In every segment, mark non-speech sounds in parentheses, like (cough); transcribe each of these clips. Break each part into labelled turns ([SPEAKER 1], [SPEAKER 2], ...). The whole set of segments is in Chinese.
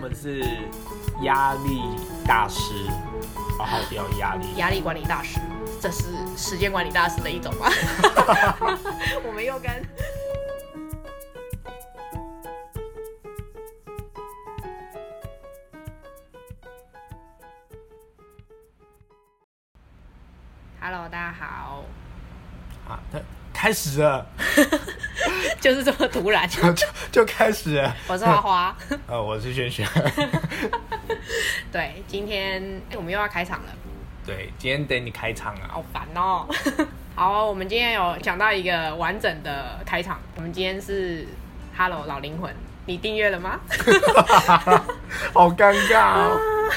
[SPEAKER 1] 们是压力大师，好好掉压力。
[SPEAKER 2] 压力管理大师，这是时间管理大师的一种吗？我们又跟，Hello，大家好，
[SPEAKER 1] 啊，那开始了，
[SPEAKER 2] 就是这么突然。
[SPEAKER 1] 就 (laughs) 就就开始了。
[SPEAKER 2] 我是花花，
[SPEAKER 1] (laughs) 呃，我是轩轩。 (laughs)
[SPEAKER 2] 对，今天、哎我们又要开场了，
[SPEAKER 1] 对，今天等你开场啊。
[SPEAKER 2] 好烦哦。好，哦我们今天有讲到一个完整的开场，我们今天是 Hello 老灵魂，你订阅了吗？
[SPEAKER 1] 好尴尬哦。 (laughs)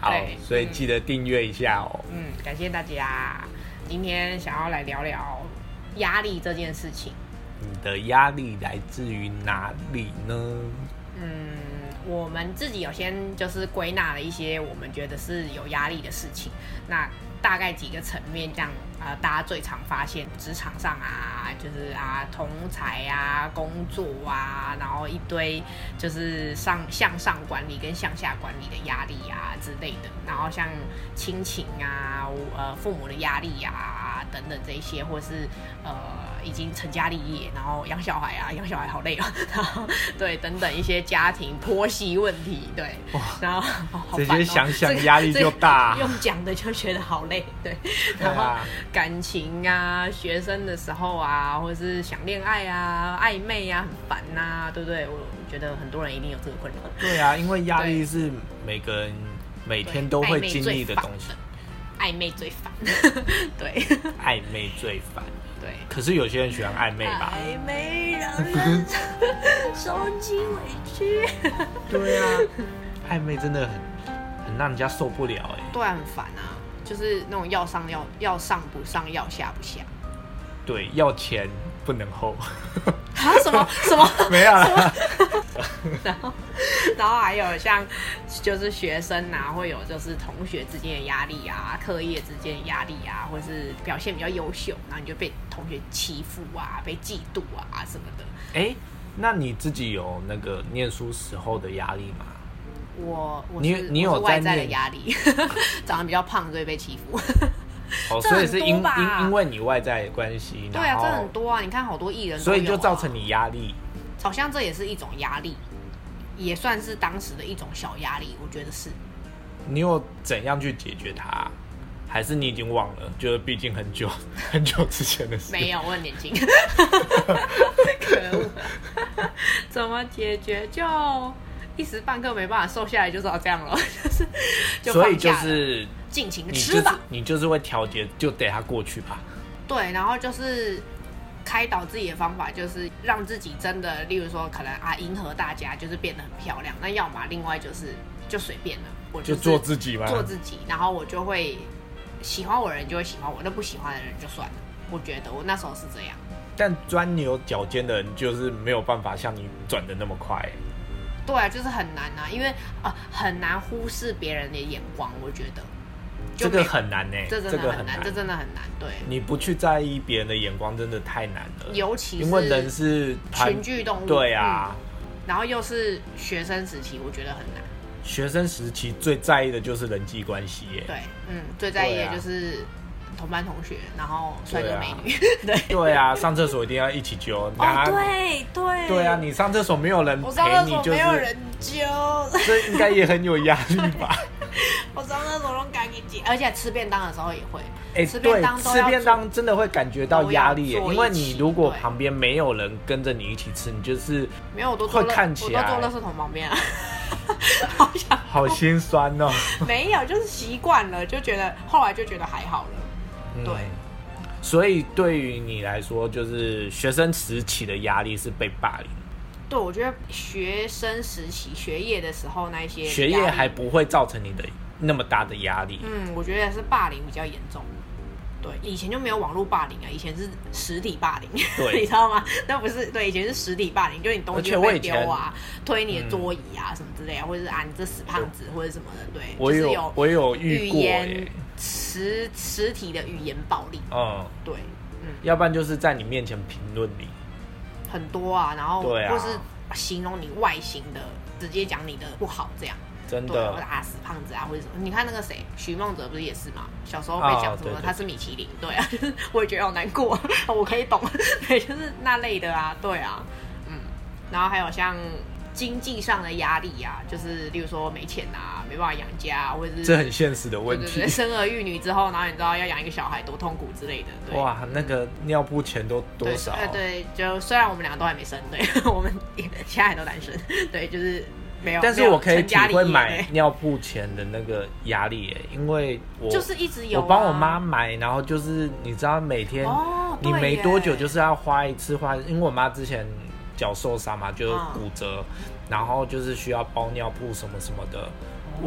[SPEAKER 1] 好
[SPEAKER 2] 对，
[SPEAKER 1] 所以记得订阅一下哦。
[SPEAKER 2] 嗯，感谢大家。今天想要来聊聊压力这件事情。
[SPEAKER 1] 你的压力来自于哪里呢？ (laughs)
[SPEAKER 2] 嗯，我们自己有先就是归纳了一些我们觉得是有压力的事情，那大概几个层面这样，呃，大家最常发现职场上啊，就是啊，同才啊，工作啊，然后一堆就是上向上管理跟向下管理的压力啊之类的，然后像亲情啊，呃，父母的压力啊等等这一些，或是呃。已经成家立业，然后养小孩啊，养小孩好累啊， (laughs) 然后对等等一些家庭婆媳问题，对，然后好好
[SPEAKER 1] 直
[SPEAKER 2] 烦
[SPEAKER 1] 接
[SPEAKER 2] 哦
[SPEAKER 1] 想想
[SPEAKER 2] 这个
[SPEAKER 1] 压力
[SPEAKER 2] 这个
[SPEAKER 1] 就大
[SPEAKER 2] 用讲的就觉得好累，对，
[SPEAKER 1] 对
[SPEAKER 2] 然后
[SPEAKER 1] 啊，
[SPEAKER 2] 感情啊，学生的时候啊，或者是想恋爱啊、暧昧啊，很烦呐、对不对？我觉得很多人一定有这个困扰，
[SPEAKER 1] 对啊，因为压力是每个人每天都会经历的东西。
[SPEAKER 2] 暧昧最烦， (laughs) 对
[SPEAKER 1] 暧昧最烦，
[SPEAKER 2] 对。
[SPEAKER 1] 可是有些人喜欢暧昧吧？
[SPEAKER 2] 暧昧让人受尽委屈，
[SPEAKER 1] 对啊，暧昧真的很很让人家受不了哎、
[SPEAKER 2] 对啊，很烦啊，就是那种要上要要上不上，要下不下。
[SPEAKER 1] 对，要钱不能
[SPEAKER 2] (laughs)
[SPEAKER 1] 后，
[SPEAKER 2] 啊什么什么？
[SPEAKER 1] 没有 (laughs) 啦。
[SPEAKER 2] 然后， (laughs) 然后还有像就是学生啊，会有就是同学之间的压力啊，课业之间的压力啊，或是表现比较优秀，然后你就被同学欺负啊，被嫉妒啊什么的。
[SPEAKER 1] 哎、那你自己有那个念书时候的压力吗？
[SPEAKER 2] 我我
[SPEAKER 1] 你
[SPEAKER 2] 是
[SPEAKER 1] 你有
[SPEAKER 2] 我是外
[SPEAKER 1] 在
[SPEAKER 2] 在的
[SPEAKER 1] 念
[SPEAKER 2] 压力， (laughs) 长得比较胖，所以被欺负。
[SPEAKER 1] 哦，
[SPEAKER 2] 这
[SPEAKER 1] 所以是因
[SPEAKER 2] 很多吧
[SPEAKER 1] 因因为你外在的关系，
[SPEAKER 2] (laughs) 对
[SPEAKER 1] 然
[SPEAKER 2] 啊，
[SPEAKER 1] 后
[SPEAKER 2] 这很多啊，你看好多艺人都有啊、
[SPEAKER 1] 所以就造成你压力。
[SPEAKER 2] 好像这也是一种压力，也算是当时的一种小压力，我觉得是。
[SPEAKER 1] 你有怎样去解决它？还是你已经忘了？就是毕竟很久 (laughs) 很久之前的事。
[SPEAKER 2] 没有，我很年
[SPEAKER 1] (laughs)
[SPEAKER 2] 轻。可恶！怎么解决？就一时半刻没办法瘦下来，就只好这样了， (laughs) 就是就
[SPEAKER 1] 所以
[SPEAKER 2] 放
[SPEAKER 1] 就
[SPEAKER 2] 下了
[SPEAKER 1] 是
[SPEAKER 2] 尽情的
[SPEAKER 1] 你
[SPEAKER 2] 吃
[SPEAKER 1] 就是
[SPEAKER 2] 吧。
[SPEAKER 1] 你就是会调节，就等它过去吧。
[SPEAKER 2] 对，然后就是开导自己的方法，就是让自己真的，例如说可能啊迎合大家，就是变得很漂亮。那要么另外就是就随便了，我
[SPEAKER 1] 就是做自己吧。
[SPEAKER 2] 做自己，然后我就会喜欢我的人就会喜欢我，那不喜欢的人就算了。我觉得我那时候是这样。
[SPEAKER 1] 但钻牛角尖的人就是没有办法像你转的那么快。
[SPEAKER 2] 对啊，就是很难啊，因为呃很难忽视别人的眼光，我觉得。
[SPEAKER 1] 这
[SPEAKER 2] 就
[SPEAKER 1] 个
[SPEAKER 2] 没
[SPEAKER 1] 很难呢、
[SPEAKER 2] 这真
[SPEAKER 1] 个
[SPEAKER 2] 的很难，这真的很难，对，
[SPEAKER 1] 你不去在意别人的眼光，真的太难了。
[SPEAKER 2] 尤其是
[SPEAKER 1] 嗯因为人是盘
[SPEAKER 2] 群居动物，
[SPEAKER 1] 对啊，
[SPEAKER 2] 嗯，然后又是学生时期，我觉得很难，
[SPEAKER 1] 学生时期最在意的就是人际关系耶、
[SPEAKER 2] 对，嗯，最在意
[SPEAKER 1] 对
[SPEAKER 2] 的
[SPEAKER 1] 啊
[SPEAKER 2] 就是同班同学，然后帅
[SPEAKER 1] 对
[SPEAKER 2] 哥
[SPEAKER 1] 啊
[SPEAKER 2] 美女，对，
[SPEAKER 1] 对啊，上厕所一定要一起揪。
[SPEAKER 2] 哦
[SPEAKER 1] 啊，
[SPEAKER 2] 对对，
[SPEAKER 1] 对啊，，你上厕所没有人
[SPEAKER 2] 我上厕
[SPEAKER 1] 陪你
[SPEAKER 2] 所，
[SPEAKER 1] 就
[SPEAKER 2] 没有
[SPEAKER 1] 是
[SPEAKER 2] 人揪， (laughs)
[SPEAKER 1] 这应该也很有压力吧？
[SPEAKER 2] 我上厕所都赶紧挤，而且吃便当的时候也会，
[SPEAKER 1] 哎、
[SPEAKER 2] 吃
[SPEAKER 1] 对
[SPEAKER 2] 便当，都
[SPEAKER 1] 吃
[SPEAKER 2] 要
[SPEAKER 1] 便当真的会感觉到压力耶、
[SPEAKER 2] 都要坐
[SPEAKER 1] 因为
[SPEAKER 2] 一
[SPEAKER 1] 你
[SPEAKER 2] 起
[SPEAKER 1] 如果
[SPEAKER 2] 对
[SPEAKER 1] 旁边没有人跟着你一起吃，你就是
[SPEAKER 2] 没有我都坐
[SPEAKER 1] 会
[SPEAKER 2] 垃
[SPEAKER 1] 看起来
[SPEAKER 2] 我都坐垃圾桶旁边啊， (laughs) 好想
[SPEAKER 1] 好心酸哦、
[SPEAKER 2] 没有，就是习惯了，就觉得后来就觉得还好了。
[SPEAKER 1] 嗯
[SPEAKER 2] (laughs) 对，
[SPEAKER 1] 所以对于你来说，就是学生时期的压力是被霸凌，
[SPEAKER 2] 对，我觉得学生时期学业的时候那一些
[SPEAKER 1] 学
[SPEAKER 2] 压
[SPEAKER 1] 业
[SPEAKER 2] 力
[SPEAKER 1] 还不会造成你的那么大的压力。
[SPEAKER 2] 嗯，我觉得是霸凌比较严重。对，以前就没有网络霸凌啊，以前是实体霸凌，
[SPEAKER 1] 对
[SPEAKER 2] (laughs) 你知道吗？那不是对，以前是实体霸凌，就是你东
[SPEAKER 1] 而
[SPEAKER 2] 西
[SPEAKER 1] 且我
[SPEAKER 2] 会
[SPEAKER 1] 以
[SPEAKER 2] 被
[SPEAKER 1] 前嗯
[SPEAKER 2] 丢啊，推你的桌椅啊、什么之类啊，或者是啊你这死胖子或者什么的，对，
[SPEAKER 1] 我
[SPEAKER 2] 就是
[SPEAKER 1] 有
[SPEAKER 2] 有
[SPEAKER 1] 我有
[SPEAKER 2] 语
[SPEAKER 1] 遇过欸耶
[SPEAKER 2] 言，实实体的语言暴力，
[SPEAKER 1] 嗯，
[SPEAKER 2] 对，
[SPEAKER 1] 要不然就是在你面前评论你，
[SPEAKER 2] 很多啊，然后
[SPEAKER 1] 对啊
[SPEAKER 2] 或是形容你外形的，直接讲你的不好这样。
[SPEAKER 1] 真
[SPEAKER 2] 对，或者
[SPEAKER 1] 的，
[SPEAKER 2] 啊死胖子啊，或者什么？你看那个谁，徐梦泽不是也是吗？小时候被讲
[SPEAKER 1] 啊
[SPEAKER 2] 什么、
[SPEAKER 1] 对对
[SPEAKER 2] 他是米其林，对啊， (laughs) 我也觉得好难过， (laughs) 我可以懂，对，就是那类的啊，对啊，嗯，然后还有像经济上的压力啊，就是例如说没钱啊，没办法养家、啊，或者是
[SPEAKER 1] 这很现实的
[SPEAKER 2] 对
[SPEAKER 1] 问
[SPEAKER 2] 对
[SPEAKER 1] 题
[SPEAKER 2] 对，。生儿育女之后，然后你知道要养一个小孩多痛苦之类的，对。
[SPEAKER 1] (laughs) 哇，那个尿布钱都多
[SPEAKER 2] 对，
[SPEAKER 1] 少？
[SPEAKER 2] 呃对，就虽然我们两个都还没生，对， (laughs) 我们现在还都单身，对，就是没有。
[SPEAKER 1] 但是
[SPEAKER 2] 没有
[SPEAKER 1] 我可以
[SPEAKER 2] 成
[SPEAKER 1] 体
[SPEAKER 2] 家立
[SPEAKER 1] 会
[SPEAKER 2] 业
[SPEAKER 1] 买
[SPEAKER 2] 对
[SPEAKER 1] 尿布钱的那个压力耶，因为我
[SPEAKER 2] 就是一直有、啊
[SPEAKER 1] 我帮我妈。买，然后就是你知道每天、
[SPEAKER 2] 哦
[SPEAKER 1] 你
[SPEAKER 2] 对
[SPEAKER 1] 没多久
[SPEAKER 2] 耶
[SPEAKER 1] 就是要花一次花，因为我妈之前脚受伤嘛，就是
[SPEAKER 2] 嗯
[SPEAKER 1] 骨折，然后就是需要包尿布什么什么的，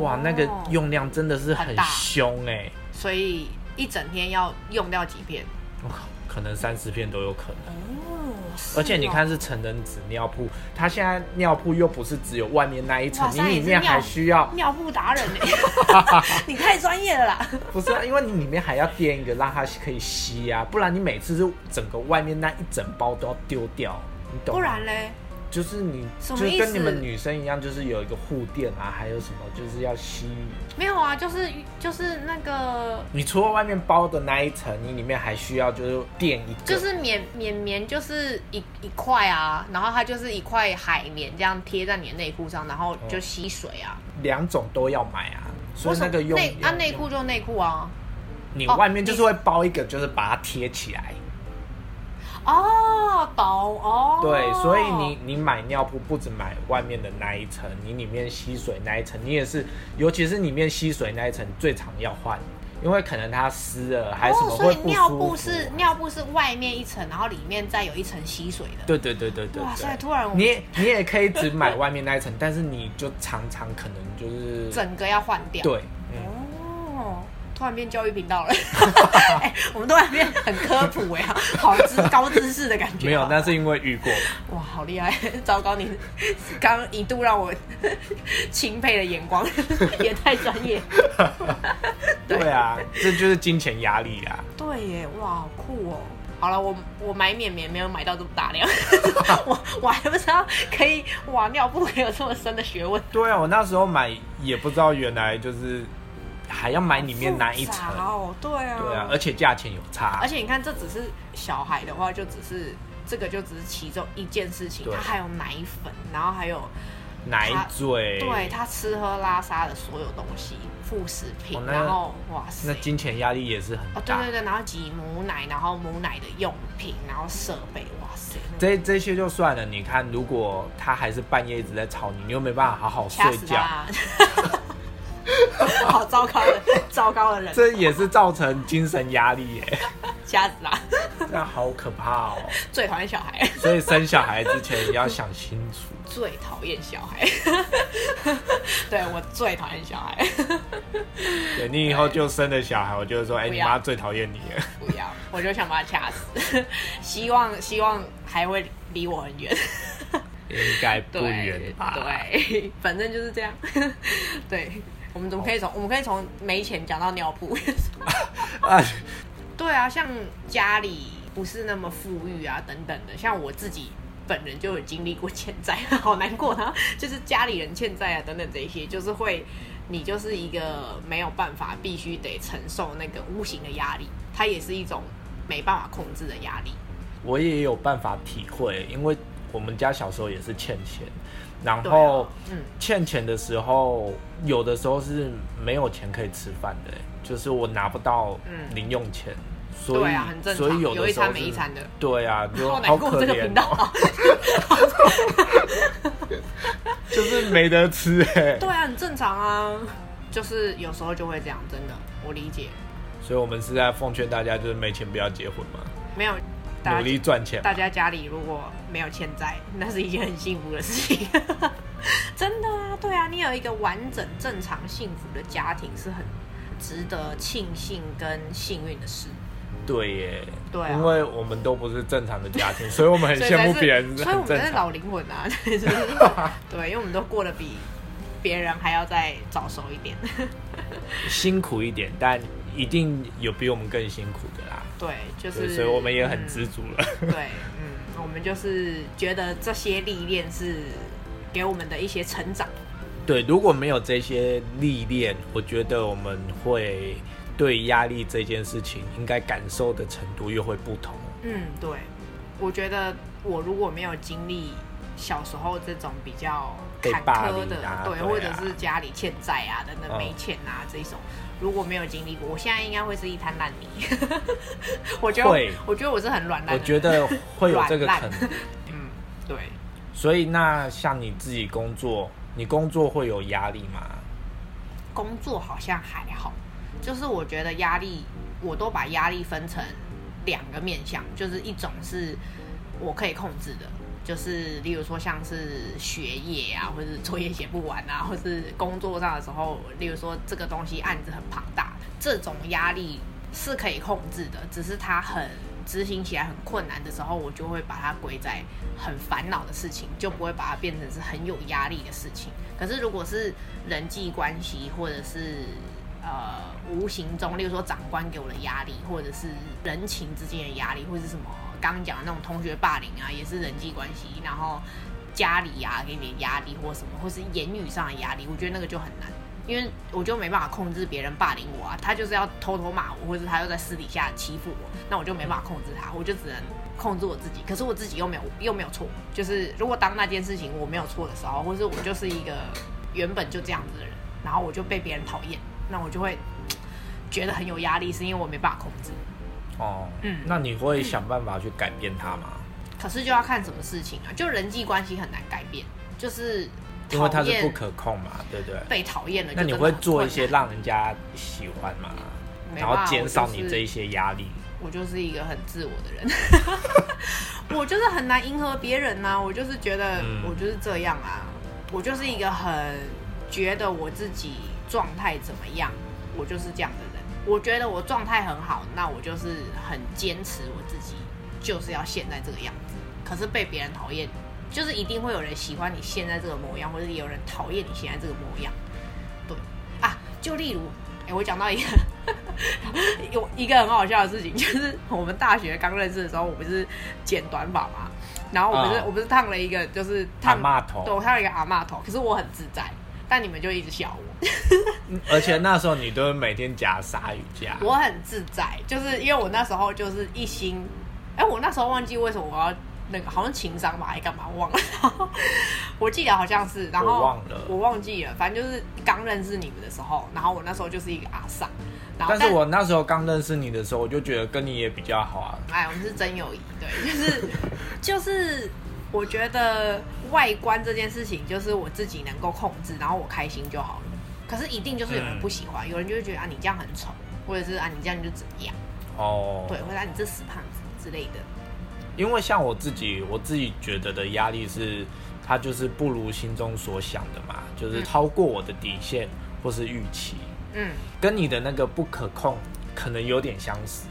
[SPEAKER 1] 哇，那个
[SPEAKER 2] 哦
[SPEAKER 1] 用量真的是
[SPEAKER 2] 很
[SPEAKER 1] 很
[SPEAKER 2] 大
[SPEAKER 1] 凶哎，
[SPEAKER 2] 所以一整天要用掉几片。
[SPEAKER 1] 哇可能三十片都有可能。
[SPEAKER 2] 哦，
[SPEAKER 1] 而且你看是成人纸尿布，它现在尿布又不是只有外面那一层
[SPEAKER 2] 哇，
[SPEAKER 1] 你
[SPEAKER 2] 塞
[SPEAKER 1] 里
[SPEAKER 2] 你是
[SPEAKER 1] 面还
[SPEAKER 2] 尿
[SPEAKER 1] 需要，
[SPEAKER 2] 尿布达人哎、
[SPEAKER 1] (laughs)
[SPEAKER 2] 你太专业了啦。
[SPEAKER 1] 不是、啊，因为你里面还要垫一个让它可以吸啊，不然你每次是整个外面那一整包都要丢掉，你懂吗？
[SPEAKER 2] 不然嘞，
[SPEAKER 1] 就是你
[SPEAKER 2] 什
[SPEAKER 1] 就是
[SPEAKER 2] 么意
[SPEAKER 1] 跟你们
[SPEAKER 2] 思
[SPEAKER 1] 女生一样，就是有一个护垫啊，还有什么就是要吸。
[SPEAKER 2] 没有啊，就是就是那个。
[SPEAKER 1] 你除了外面包的那一层，你里面还需要就是垫一个，
[SPEAKER 2] 就是棉棉棉就是一一块啊，然后它就是一块海绵这样贴在你的内裤上，然后
[SPEAKER 1] 哦
[SPEAKER 2] 就吸水啊。
[SPEAKER 1] 两种都要买啊。所
[SPEAKER 2] 为
[SPEAKER 1] 以
[SPEAKER 2] 什
[SPEAKER 1] 那个
[SPEAKER 2] 么
[SPEAKER 1] 用
[SPEAKER 2] 内啊内裤，就内裤啊。
[SPEAKER 1] 你
[SPEAKER 2] 哦
[SPEAKER 1] 外面就是
[SPEAKER 2] 你
[SPEAKER 1] 会包一个，就是把它贴起来。
[SPEAKER 2] 哦，薄哦。
[SPEAKER 1] 对，所以你你买尿布不止买外面的那一层，你里面吸水那一层，你也是，尤其是里面吸水那一层最常要换，因为可能它湿了还是什么
[SPEAKER 2] 哦，所
[SPEAKER 1] 会
[SPEAKER 2] 以
[SPEAKER 1] 不舒服、啊
[SPEAKER 2] 尿布是尿布是外面一层，然后里面再有一层吸水的。
[SPEAKER 1] 对对对对对。
[SPEAKER 2] 哇塞！
[SPEAKER 1] 对
[SPEAKER 2] 突然我
[SPEAKER 1] 你
[SPEAKER 2] 们
[SPEAKER 1] 也你也可以只买外面那一层， (laughs) 但是你就常常可能就是
[SPEAKER 2] 整个要换掉。，
[SPEAKER 1] 对，嗯，
[SPEAKER 2] 哦，突然变教育频道了。 (laughs) 哎、我们突然变很科普哎、 (laughs) 好知高知识的感觉。啊
[SPEAKER 1] 没有，那是因为遇过嘛。
[SPEAKER 2] 哇，好厉害！糟糕，你刚刚一度让我钦佩的眼光 (laughs) 也太专业。 (laughs) 对
[SPEAKER 1] 对啊，这就是金钱压力啊。
[SPEAKER 2] 对耶，哇，好酷哦！好了，我我买绵绵没有买到这么
[SPEAKER 1] (laughs)
[SPEAKER 2] 大量，我我还不知道可以哇尿布可以有这么深的学问。
[SPEAKER 1] 对啊，我那时候买也不知道原来就是还要买里面那一
[SPEAKER 2] 复
[SPEAKER 1] 层，
[SPEAKER 2] 杂哦，对啊，
[SPEAKER 1] 对啊，而且价钱有差
[SPEAKER 2] 而。且你看，这只是小孩的话，就只是这个就只是其中一件事情，
[SPEAKER 1] 对
[SPEAKER 2] 他还有奶粉，然后还有
[SPEAKER 1] 奶嘴，
[SPEAKER 2] 对他吃喝拉撒的所有东西，副食品，
[SPEAKER 1] 哦那
[SPEAKER 2] 然后哇塞
[SPEAKER 1] 那，金钱压力也是很
[SPEAKER 2] 哦对
[SPEAKER 1] 大。
[SPEAKER 2] 对对，然后挤母奶，然后母奶的用品，然后设备，哇塞，
[SPEAKER 1] 这这些就算了，你看，如果他还是半夜一直在吵你，你又没办法好好
[SPEAKER 2] 掐
[SPEAKER 1] 睡
[SPEAKER 2] 死
[SPEAKER 1] 觉，
[SPEAKER 2] 他！ (laughs) 好糟糕的糟糕的人，
[SPEAKER 1] 这也是造成精神压力耶，
[SPEAKER 2] 掐死他！
[SPEAKER 1] 那好可怕哦。
[SPEAKER 2] 最讨厌小孩，
[SPEAKER 1] 所以生小孩之前要想清
[SPEAKER 2] (laughs)
[SPEAKER 1] 楚。
[SPEAKER 2] 最讨厌小孩， (laughs) 对我最讨厌小孩。
[SPEAKER 1] 对你以后就生了小孩，我就会说，哎、
[SPEAKER 2] 不
[SPEAKER 1] 你
[SPEAKER 2] 要
[SPEAKER 1] 妈最讨厌你了。
[SPEAKER 2] 不要，我就想把他掐死。希望希望还会离我很远，
[SPEAKER 1] 应该不
[SPEAKER 2] 对
[SPEAKER 1] 远吧？ (laughs)
[SPEAKER 2] 对，反正就是这样。 (laughs) 对，我们怎么可以从我们可以从没钱讲到尿布？
[SPEAKER 1] 啊，
[SPEAKER 2] 对啊，像家里不是那么富裕啊，等等的，像我自己。本人就有经历过欠债， (laughs) 好难过啊！就是家里人欠债啊，等等这一些，就是会，你就是一个没有办法，必须得承受那个无形的压力，它也是一种没办法控制的压力。
[SPEAKER 1] (laughs) 我也有办法体会，因为我们家小时候也是欠钱，然
[SPEAKER 2] 对
[SPEAKER 1] 后、
[SPEAKER 2] 啊，嗯，
[SPEAKER 1] 欠钱的时候，有的时候是没有钱可以吃饭的欸、就是我拿不到
[SPEAKER 2] 嗯
[SPEAKER 1] 零用钱，所以
[SPEAKER 2] 对啊，很正
[SPEAKER 1] 所以
[SPEAKER 2] 常，
[SPEAKER 1] 有的
[SPEAKER 2] 一
[SPEAKER 1] 时候
[SPEAKER 2] 餐没一
[SPEAKER 1] 是
[SPEAKER 2] 餐的。
[SPEAKER 1] 对啊，就
[SPEAKER 2] 好
[SPEAKER 1] 好
[SPEAKER 2] 难过
[SPEAKER 1] 可
[SPEAKER 2] 这个
[SPEAKER 1] 怜
[SPEAKER 2] 频
[SPEAKER 1] 哦、
[SPEAKER 2] 道，
[SPEAKER 1] (laughs) 就是没得吃哎、
[SPEAKER 2] 对啊，很正常啊，就是有时候就会这样，真的，我理解。
[SPEAKER 1] 所以我们是在奉劝大家，就是没钱不要结婚嘛，
[SPEAKER 2] 没有，大
[SPEAKER 1] 努
[SPEAKER 2] 家
[SPEAKER 1] 力赚钱。
[SPEAKER 2] 大家家里如果没有欠债，那是一件很幸福的事情。 (laughs) 真的啊，对啊，你有一个完整、正常、幸福的家庭是很值得庆幸跟幸运的事。
[SPEAKER 1] 对耶，
[SPEAKER 2] 对啊
[SPEAKER 1] 因为我们都不是正常的家
[SPEAKER 2] (laughs)
[SPEAKER 1] 庭，所以我们很
[SPEAKER 2] 所以才
[SPEAKER 1] 羡慕
[SPEAKER 2] 是
[SPEAKER 1] 别人
[SPEAKER 2] 所以我
[SPEAKER 1] 很
[SPEAKER 2] 们
[SPEAKER 1] 正
[SPEAKER 2] 才是
[SPEAKER 1] 常。
[SPEAKER 2] 老灵魂啊，就是 (laughs) 对，因为我们都过得比别人还要再早熟一点。 (laughs)
[SPEAKER 1] 辛苦一点，但一定有比我们更辛苦的啦。
[SPEAKER 2] 对，就
[SPEAKER 1] 对，
[SPEAKER 2] 是，
[SPEAKER 1] 所以我们也很
[SPEAKER 2] 嗯
[SPEAKER 1] 知足了。
[SPEAKER 2] 对，嗯，我们就是觉得这些历练是给我们的一些成长。
[SPEAKER 1] (laughs) 对，如果没有这些历练，我觉得我们会对压力这件事情应该感受的程度又会不同。
[SPEAKER 2] 嗯，对，我觉得我如果没有经历小时候这种比较
[SPEAKER 1] 被
[SPEAKER 2] 坎
[SPEAKER 1] 霸
[SPEAKER 2] 坷
[SPEAKER 1] 凌
[SPEAKER 2] 的，
[SPEAKER 1] 啊
[SPEAKER 2] 对，
[SPEAKER 1] 对啊
[SPEAKER 2] 或者是家里欠债啊等等
[SPEAKER 1] 嗯
[SPEAKER 2] 没钱啊、这种，如果没有经历过，我现在应该会是一滩烂泥。 (laughs) 我觉
[SPEAKER 1] 会
[SPEAKER 2] 得，我觉得我是很软烂的
[SPEAKER 1] 我
[SPEAKER 2] 人，
[SPEAKER 1] 觉得会有这个
[SPEAKER 2] (laughs) 软
[SPEAKER 1] 可
[SPEAKER 2] 烂
[SPEAKER 1] 能。
[SPEAKER 2] 嗯，对，
[SPEAKER 1] 所以，那像你自己工作，你工作会有压力吗？
[SPEAKER 2] 工作好像还好，就是我觉得压力，我都把压力分成两个面向，就是一种是我可以控制的，就是例如说像是学业啊，或者是作业写不完啊， (laughs) 或是工作上的时候，例如说这个东西案子很庞大，这种压力是可以控制的，只是它很。执行起来很困难的时候，我就会把它归在很烦恼的事情，就不会把它变成是很有压力的事情。可是如果是人际关系，或者是呃无形中，例如说长官给我的压力，或者是人情之间的压力，或者是什么刚刚讲的那种同学霸凌啊，也是人际关系，然后家里啊给你的压力或什么，或是言语上的压力，我觉得那个就很难。因为我就没办法控制别人霸凌我啊，他就是要偷偷骂我，或者他又在私底下欺负我，那我就没办法控制他，我就只能控制我自己。可是我自己又没有又没有错，就是如果当那件事情我没有错的时候，或是我就是一个原本就这样子的人，然后我就被别人讨厌，那我就会觉得很有压力，是因为我没办法控制。
[SPEAKER 1] 哦，
[SPEAKER 2] 嗯
[SPEAKER 1] 那你会想办法去改变它吗？
[SPEAKER 2] 可是就要看什么事情啊，就人际关系很难改变，就是
[SPEAKER 1] 因为
[SPEAKER 2] 讨
[SPEAKER 1] 它是不
[SPEAKER 2] 厌
[SPEAKER 1] 可控嘛，对嗯不对？
[SPEAKER 2] 被讨厌了就
[SPEAKER 1] 那
[SPEAKER 2] 真
[SPEAKER 1] 你
[SPEAKER 2] 的很困难。
[SPEAKER 1] 会做一些让人家喜欢吗？
[SPEAKER 2] 没
[SPEAKER 1] 然
[SPEAKER 2] 办法
[SPEAKER 1] 后减少你
[SPEAKER 2] 我就是
[SPEAKER 1] 这一些压力？
[SPEAKER 2] 我就是一个很自我的人， (laughs) 我就是很难迎合别人呐、啊我就是觉得
[SPEAKER 1] 嗯
[SPEAKER 2] 我就是这样啊，我就是一个很觉得我自己状态怎么样，我就是这样的人。我觉得我状态很好，那我就是很坚持我自己，就是要现在这个样子。可是被别人讨厌，就是一定会有人喜欢你现在这个模样，或者有人讨厌你现在这个模样。对啊，就例如，哎、我讲到一个 (laughs) 有一个很好笑的事情， (laughs) 就是我们大学刚认识的时候，我不是剪短发嘛，然后我不是、
[SPEAKER 1] 啊
[SPEAKER 2] 我不是烫了一个就是烫
[SPEAKER 1] 阿嬷头
[SPEAKER 2] 对我烫了一个阿嬷头，可是我很自在，但你们就一直笑我，
[SPEAKER 1] 而且那时候你都会每天夹鲨鱼夹，
[SPEAKER 2] 我很自在，就是因为我那时候就是一心，哎、我那时候忘记为什么我要。那个好像情商吧，还干嘛我忘了？然后我记得好
[SPEAKER 1] (laughs)
[SPEAKER 2] 像是，然后
[SPEAKER 1] 我忘了
[SPEAKER 2] 我忘记了，反正就是刚认识你们的时候，然后我那时候就是一个阿丧，然后
[SPEAKER 1] 但是我那时候刚认识你的时候，我就觉得跟你也比较好啊。
[SPEAKER 2] 哎，我们是真友谊，对，就是就是，我觉得外观这件事情，就是我自己能够控制，然后我开心就好了。可是一定就是有
[SPEAKER 1] 嗯
[SPEAKER 2] 人不喜欢，有人就会觉得啊你这样很丑，或者是啊你这样就怎么样，
[SPEAKER 1] (laughs) 哦，
[SPEAKER 2] 对，或者啊你这死胖子之类的。
[SPEAKER 1] 因为像我自己，我自己觉得的压力是，它就是不如心中所想的嘛，就是超过我的底线或是预期，
[SPEAKER 2] 嗯，
[SPEAKER 1] 跟你的那个不可控可能有点相似。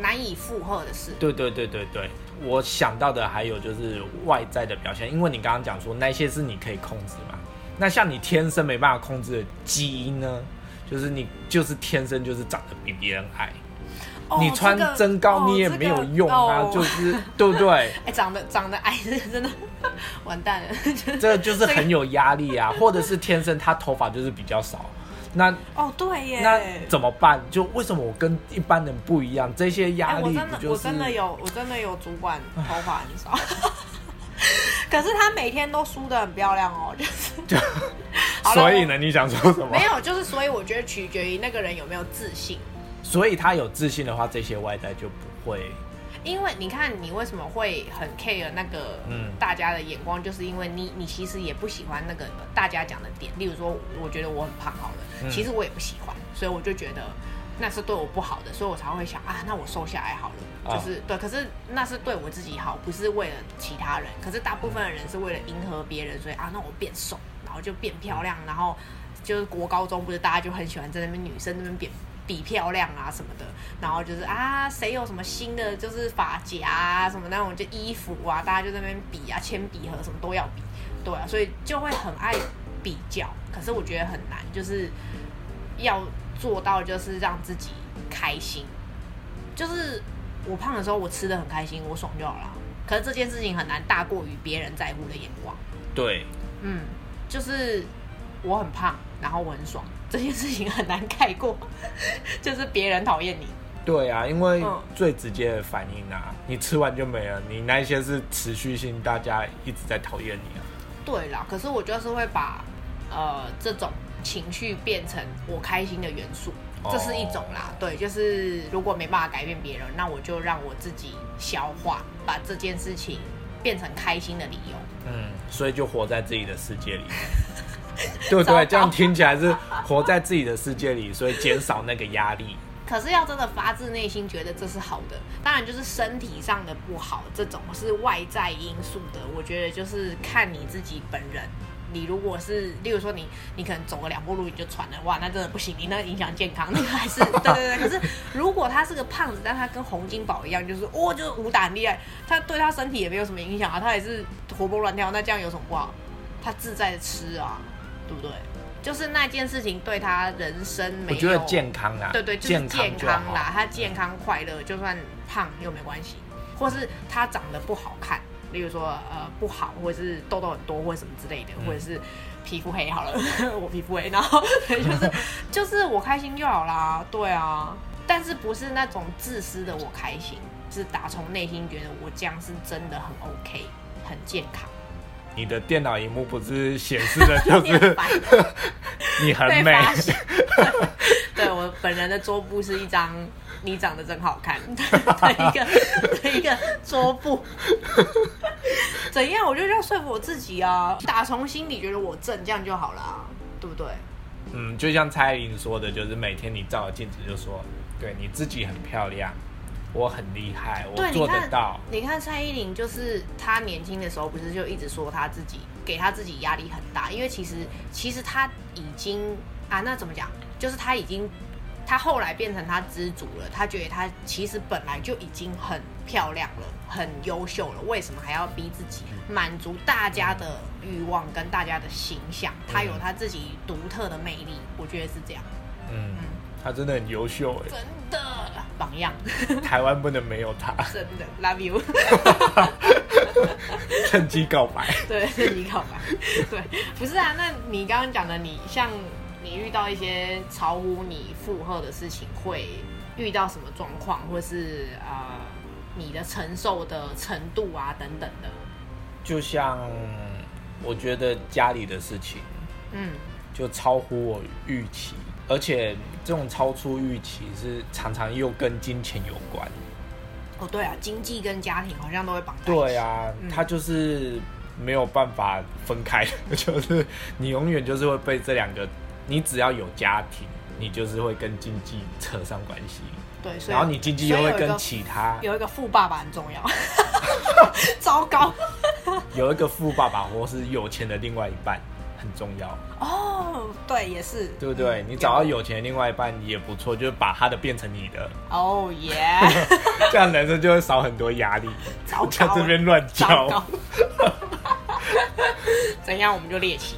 [SPEAKER 2] 难以负荷的事。
[SPEAKER 1] 对对对对对，我想到的还有就是外在的表现，因为你刚刚讲说那些是你可以控制嘛，那像你天生没办法控制的基因呢，就是你就是天生就是长得比别人矮，
[SPEAKER 2] 哦
[SPEAKER 1] 你穿增高你也没有用啊，
[SPEAKER 2] 这
[SPEAKER 1] 就
[SPEAKER 2] 个哦
[SPEAKER 1] 是对不
[SPEAKER 2] (laughs)
[SPEAKER 1] 对？
[SPEAKER 2] 哎、长得长得矮，这个真的 (laughs) 完蛋了。
[SPEAKER 1] 这就是很有压力啊，或者是天生他头发就是比较少，那
[SPEAKER 2] (laughs) 哦，对耶，
[SPEAKER 1] 那怎么办？就为什么我跟一般人不一样？这些
[SPEAKER 2] 哎，
[SPEAKER 1] 压
[SPEAKER 2] 我
[SPEAKER 1] 力
[SPEAKER 2] 真
[SPEAKER 1] 不
[SPEAKER 2] 的、
[SPEAKER 1] 就
[SPEAKER 2] 我
[SPEAKER 1] 是
[SPEAKER 2] 真的有我真的有主管头发
[SPEAKER 1] (laughs)
[SPEAKER 2] 很少，可是他每天都梳的很漂亮哦，就是好了
[SPEAKER 1] 所以呢？你想说什么
[SPEAKER 2] 没？有，就是所以我觉得取决于那个人有没有自信，
[SPEAKER 1] 所以他有自信的话，这些外在就不会。
[SPEAKER 2] 因为你看你为什么会很 care 那个
[SPEAKER 1] 嗯
[SPEAKER 2] 大家的眼光，就是因为你你其实也不喜欢那个大家讲的点，例如说我觉得我很胖好
[SPEAKER 1] 嗯
[SPEAKER 2] 了，其实我也不喜欢，所以我就觉得。那是对我不好的，所以我才会想啊，那我瘦下来好
[SPEAKER 1] 啊
[SPEAKER 2] 了，就是、对。可是那是对我自己好，不是为了其他人。可是大部分的人是为了迎合别人，所以啊，那我变瘦，然后就变漂亮，然后就是国高中不是大家就很喜欢在那边女生那边比比漂亮啊什么的，然后就是啊谁有什么新的就是发夹啊什么那种就衣服啊，大家就在那边比啊，铅笔盒什么都要比，对啊，所以就会很爱比较。可是我觉得很难，就是要做到就是让自己开心，就是我胖的时候我吃的很开心，我爽就好了。可是这件事情很难大过于别人在乎的眼光。
[SPEAKER 1] 对，
[SPEAKER 2] 嗯，就是我很胖，然后我很爽，这件事情很难盖过， (laughs) 就是别人讨厌你。
[SPEAKER 1] 对啊，因为
[SPEAKER 2] 嗯
[SPEAKER 1] 最直接的反应啊，你吃完就没了，你那些是持续性，大家一直在讨厌你啊。
[SPEAKER 2] 对啦，可是我就是会把呃这种情绪变成我开心的元素，
[SPEAKER 1] 哦
[SPEAKER 2] 这是一种啦。对，就是如果没办法改变别人，那我就让我自己消化，把这件事情变成开心的理由。
[SPEAKER 1] 嗯，所以就活在自己的世界
[SPEAKER 2] (laughs)
[SPEAKER 1] 里，对不
[SPEAKER 2] 糟糕
[SPEAKER 1] 对？这样听起来是活在自己的世界里，所以减少那个压力。
[SPEAKER 2] 可是要真的发自内心觉得这是好的，当然就是身体上的不好，这种是外在因素的。我觉得就是看你自己本人。你如果是，例如说你，你可能走个两步路你就喘了，哇，那真的不行，你那影响健康，那个还是 (laughs) 对对对。可是如果他是个胖子，但他跟洪金宝一样，就是哦，就是武打很厉害，他对他身体也没有什么影响啊，他也是活蹦乱跳，那这样有什么不好？他自在的吃啊，对不对？就是那件事情对他人生
[SPEAKER 1] 我
[SPEAKER 2] 没有，
[SPEAKER 1] 觉得健康啊，
[SPEAKER 2] 对对，就是
[SPEAKER 1] 健
[SPEAKER 2] 健
[SPEAKER 1] 就
[SPEAKER 2] 康
[SPEAKER 1] 好。
[SPEAKER 2] 啦，他健康快乐，就算胖又没关系，或是他长得不好看，例如说呃不好，或者是痘痘很多，或者什么之类的，
[SPEAKER 1] 嗯
[SPEAKER 2] 或者是皮肤黑好了， (laughs) 我皮肤黑，然后就是 (laughs) 就是我开心就好啦，对啊，但是不是那种自私的我开心，是打从内心觉得我这样是真的很 OK，很健康，
[SPEAKER 1] 你的电脑荧幕不是显示的就
[SPEAKER 2] (laughs) 变
[SPEAKER 1] 是
[SPEAKER 2] 白
[SPEAKER 1] 你很
[SPEAKER 2] 被
[SPEAKER 1] 美，
[SPEAKER 2] 发
[SPEAKER 1] (laughs)
[SPEAKER 2] 现。对我本人的桌布是一张“你长得真
[SPEAKER 1] (laughs)
[SPEAKER 2] 好看”的一个的一个桌布。怎样？我就要说服我自己啊！打从心里觉得我正，这样就好啦，对不对？
[SPEAKER 1] 嗯，就像蔡依林说的，就是每天你照着镜子就说，对你自己很漂亮，我很厉害，我
[SPEAKER 2] 对，
[SPEAKER 1] 做
[SPEAKER 2] 你
[SPEAKER 1] 得
[SPEAKER 2] 看
[SPEAKER 1] 到。
[SPEAKER 2] 你看蔡依林，就是她年轻的时候，不是就一直说她自己给她自己压力很大，因为其实其实她已经啊，那怎么讲？就是她已经，她后来变成她知足了，她觉得她其实本来就已经很漂亮了，很优秀了，为什么还要逼自己
[SPEAKER 1] 嗯
[SPEAKER 2] 满足大家的欲望跟大家的形象？她有她自己独特的魅力，我觉得是这样，
[SPEAKER 1] 嗯，她真的很优秀
[SPEAKER 2] 真的榜样，
[SPEAKER 1] 哎，台湾不能没有她，
[SPEAKER 2] 真的 (laughs) love you。
[SPEAKER 1] 趁机告白。 (laughs)
[SPEAKER 2] 对， (laughs) 是你搞吧？对，不是啊，那你刚刚讲的你，像你遇到一些超乎你负荷的事情，会遇到什么状况，或是呃你的承受的程度啊等等的，
[SPEAKER 1] 就像我觉得家里的事情，
[SPEAKER 2] 嗯，
[SPEAKER 1] 就超乎我预期，而且这种超出预期是常常又跟金钱有关。
[SPEAKER 2] 哦对啊，经济跟家庭好像都会绑在一起，
[SPEAKER 1] 对啊，
[SPEAKER 2] 嗯
[SPEAKER 1] 它就是没有办法分开， (laughs) 就是你永远就是会被这两个，你只要有家庭，你就是会跟经济扯上关系，
[SPEAKER 2] 对，所以
[SPEAKER 1] 然后你经济又
[SPEAKER 2] 所
[SPEAKER 1] 会
[SPEAKER 2] 以有一
[SPEAKER 1] 跟
[SPEAKER 2] 个
[SPEAKER 1] 其他
[SPEAKER 2] 有一个富爸爸很重要， (laughs) 糟糕
[SPEAKER 1] 有一个富爸爸或是有钱的另外一半很重要，
[SPEAKER 2] 哦，对，也是，嗯
[SPEAKER 1] 对不对？你找到有钱的另外一半也不错，就是把他的变成你
[SPEAKER 2] (laughs)
[SPEAKER 1] 的，
[SPEAKER 2] 哦耶，
[SPEAKER 1] (laughs) 这样人生就会少很多压力。
[SPEAKER 2] 糟糕
[SPEAKER 1] 在这边乱叫
[SPEAKER 2] 糟糕，， (laughs) 怎样我们就猎奇。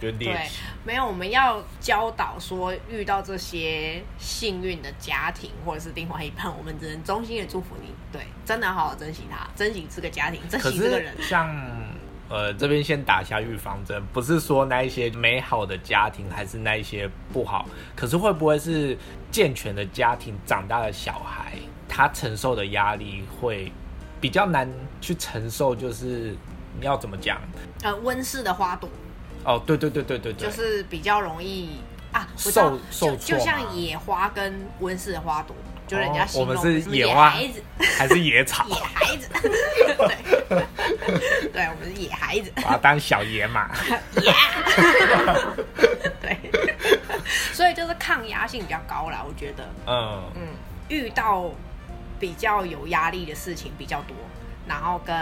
[SPEAKER 1] 就猎
[SPEAKER 2] 对
[SPEAKER 1] 奇。，
[SPEAKER 2] 没有，我们要教导说，遇到这些幸运的家庭或者是另外一半，我们只能衷心的祝福你。对，真的要好好珍惜他，珍惜这个家庭，珍
[SPEAKER 1] 可
[SPEAKER 2] 惜这个
[SPEAKER 1] 是
[SPEAKER 2] 人。
[SPEAKER 1] 像呃这边先打一下预防针，不是说那一些美好的家庭还是那一些不好，可是会不会是健全的家庭长大的小孩，他承受的压力会比较难去承受？就是你要怎么讲？
[SPEAKER 2] 呃，温室的花朵
[SPEAKER 1] 哦，对对对对对
[SPEAKER 2] (laughs)
[SPEAKER 1] 对，
[SPEAKER 2] 就是比较容易啊，我知道
[SPEAKER 1] 受受
[SPEAKER 2] 就
[SPEAKER 1] 挫嘛
[SPEAKER 2] 就像野花跟温室的花朵，就人家
[SPEAKER 1] 哦
[SPEAKER 2] 形
[SPEAKER 1] 我
[SPEAKER 2] 容
[SPEAKER 1] 们是
[SPEAKER 2] 什么
[SPEAKER 1] 野
[SPEAKER 2] 野
[SPEAKER 1] 花
[SPEAKER 2] 孩子，
[SPEAKER 1] 还是野草，
[SPEAKER 2] 野孩
[SPEAKER 1] (laughs)
[SPEAKER 2] 子，对， (laughs) 对，我们是野孩子。
[SPEAKER 1] 把它当小野马。
[SPEAKER 2] 对， (laughs) 所以就是抗压性比较高啦，我觉得，
[SPEAKER 1] 嗯，
[SPEAKER 2] 嗯，遇到比较有压力的事情比较多，然后跟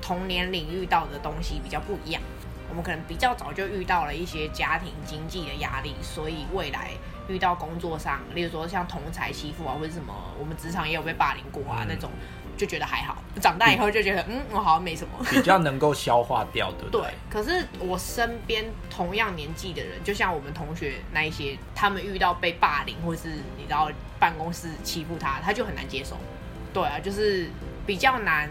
[SPEAKER 2] 同年龄遇到的东西比较不一样。我们可能比较早就遇到了一些家庭经济的压力，所以未来遇到工作上，例如说像同才欺负啊，或者什么，我们职场也有被霸凌过啊、
[SPEAKER 1] 嗯
[SPEAKER 2] 那种，就觉得还好。长大以后就觉得，嗯，我好像没什么。
[SPEAKER 1] 比较能够消化掉，对不
[SPEAKER 2] 对，可是我身边同样年纪的人，就像我们同学那一些，他们遇到被霸凌，或是你知道办公室欺负他，他就很难接受。对啊，就是比较难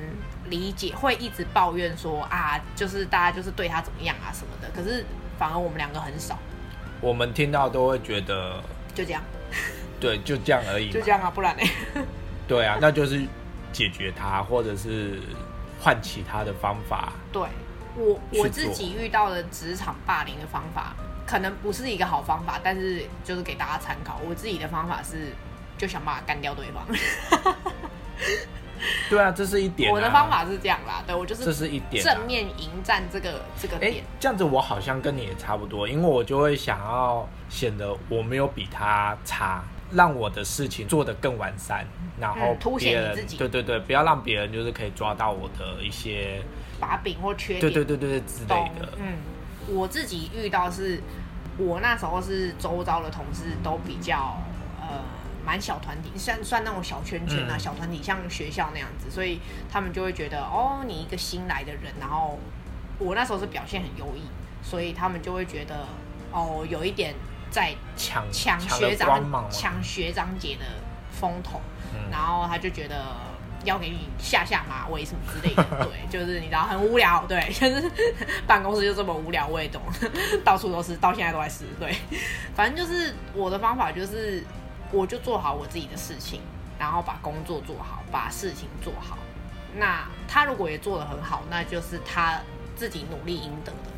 [SPEAKER 2] 理解，会一直抱怨说啊，就是大家就是对他怎么样啊什么的。可是反而我们两个很少，
[SPEAKER 1] 我们听到都会觉得，
[SPEAKER 2] 就这样，
[SPEAKER 1] 对，就这样而已嘛。
[SPEAKER 2] 就这样啊，不然呢？
[SPEAKER 1] 对啊，那就是解决它，或者是换其他的方法。
[SPEAKER 2] 对我我
[SPEAKER 1] 去做
[SPEAKER 2] 自己遇到的职场霸凌的方法，可能不是一个好方法，但是就是给大家参考。我自己的方法是，就想办法干掉对方。
[SPEAKER 1] 对啊，这是一点、啊。
[SPEAKER 2] 我的方法是这样啦，对我就
[SPEAKER 1] 这
[SPEAKER 2] 是
[SPEAKER 1] 是一点、啊。
[SPEAKER 2] 正面迎战这个这个
[SPEAKER 1] 哎、
[SPEAKER 2] 点。
[SPEAKER 1] 这样子我好像跟你也差不多，因为我就会想要显得我没有比他差，让我的事情做得更完善，然后
[SPEAKER 2] 嗯凸显
[SPEAKER 1] 别
[SPEAKER 2] 你
[SPEAKER 1] 人、
[SPEAKER 2] 自己
[SPEAKER 1] 对对对，不要让别人就是可以抓到我的一些，
[SPEAKER 2] 把柄或缺点，
[SPEAKER 1] 对对对对对之类
[SPEAKER 2] 懂
[SPEAKER 1] 的。
[SPEAKER 2] 嗯，我自己遇到是，我那时候是周遭的同事都比较呃蛮小团体，算算那种小圈圈啊，
[SPEAKER 1] 嗯
[SPEAKER 2] 小团体像学校那样子，所以他们就会觉得哦，你一个新来的人，然后我那时候是表现很优异，所以他们就会觉得哦，有一点在
[SPEAKER 1] 抢
[SPEAKER 2] 抢学
[SPEAKER 1] 了光
[SPEAKER 2] 长
[SPEAKER 1] 芒嘛，
[SPEAKER 2] 抢学长姐的风头，
[SPEAKER 1] 嗯
[SPEAKER 2] 然后他就觉得要给你下下马威什么之
[SPEAKER 1] (laughs)
[SPEAKER 2] 类的，对，就是你知道很无聊，对，就是 (laughs) 办公室就这么无聊，我也懂， (laughs) 到处都是，到现在都在是，对，反正就是我的方法就是，我就做好我自己的事情，然后把工作做好，把事情做好。那他如果也做得很好，那就是他自己努力赢得的。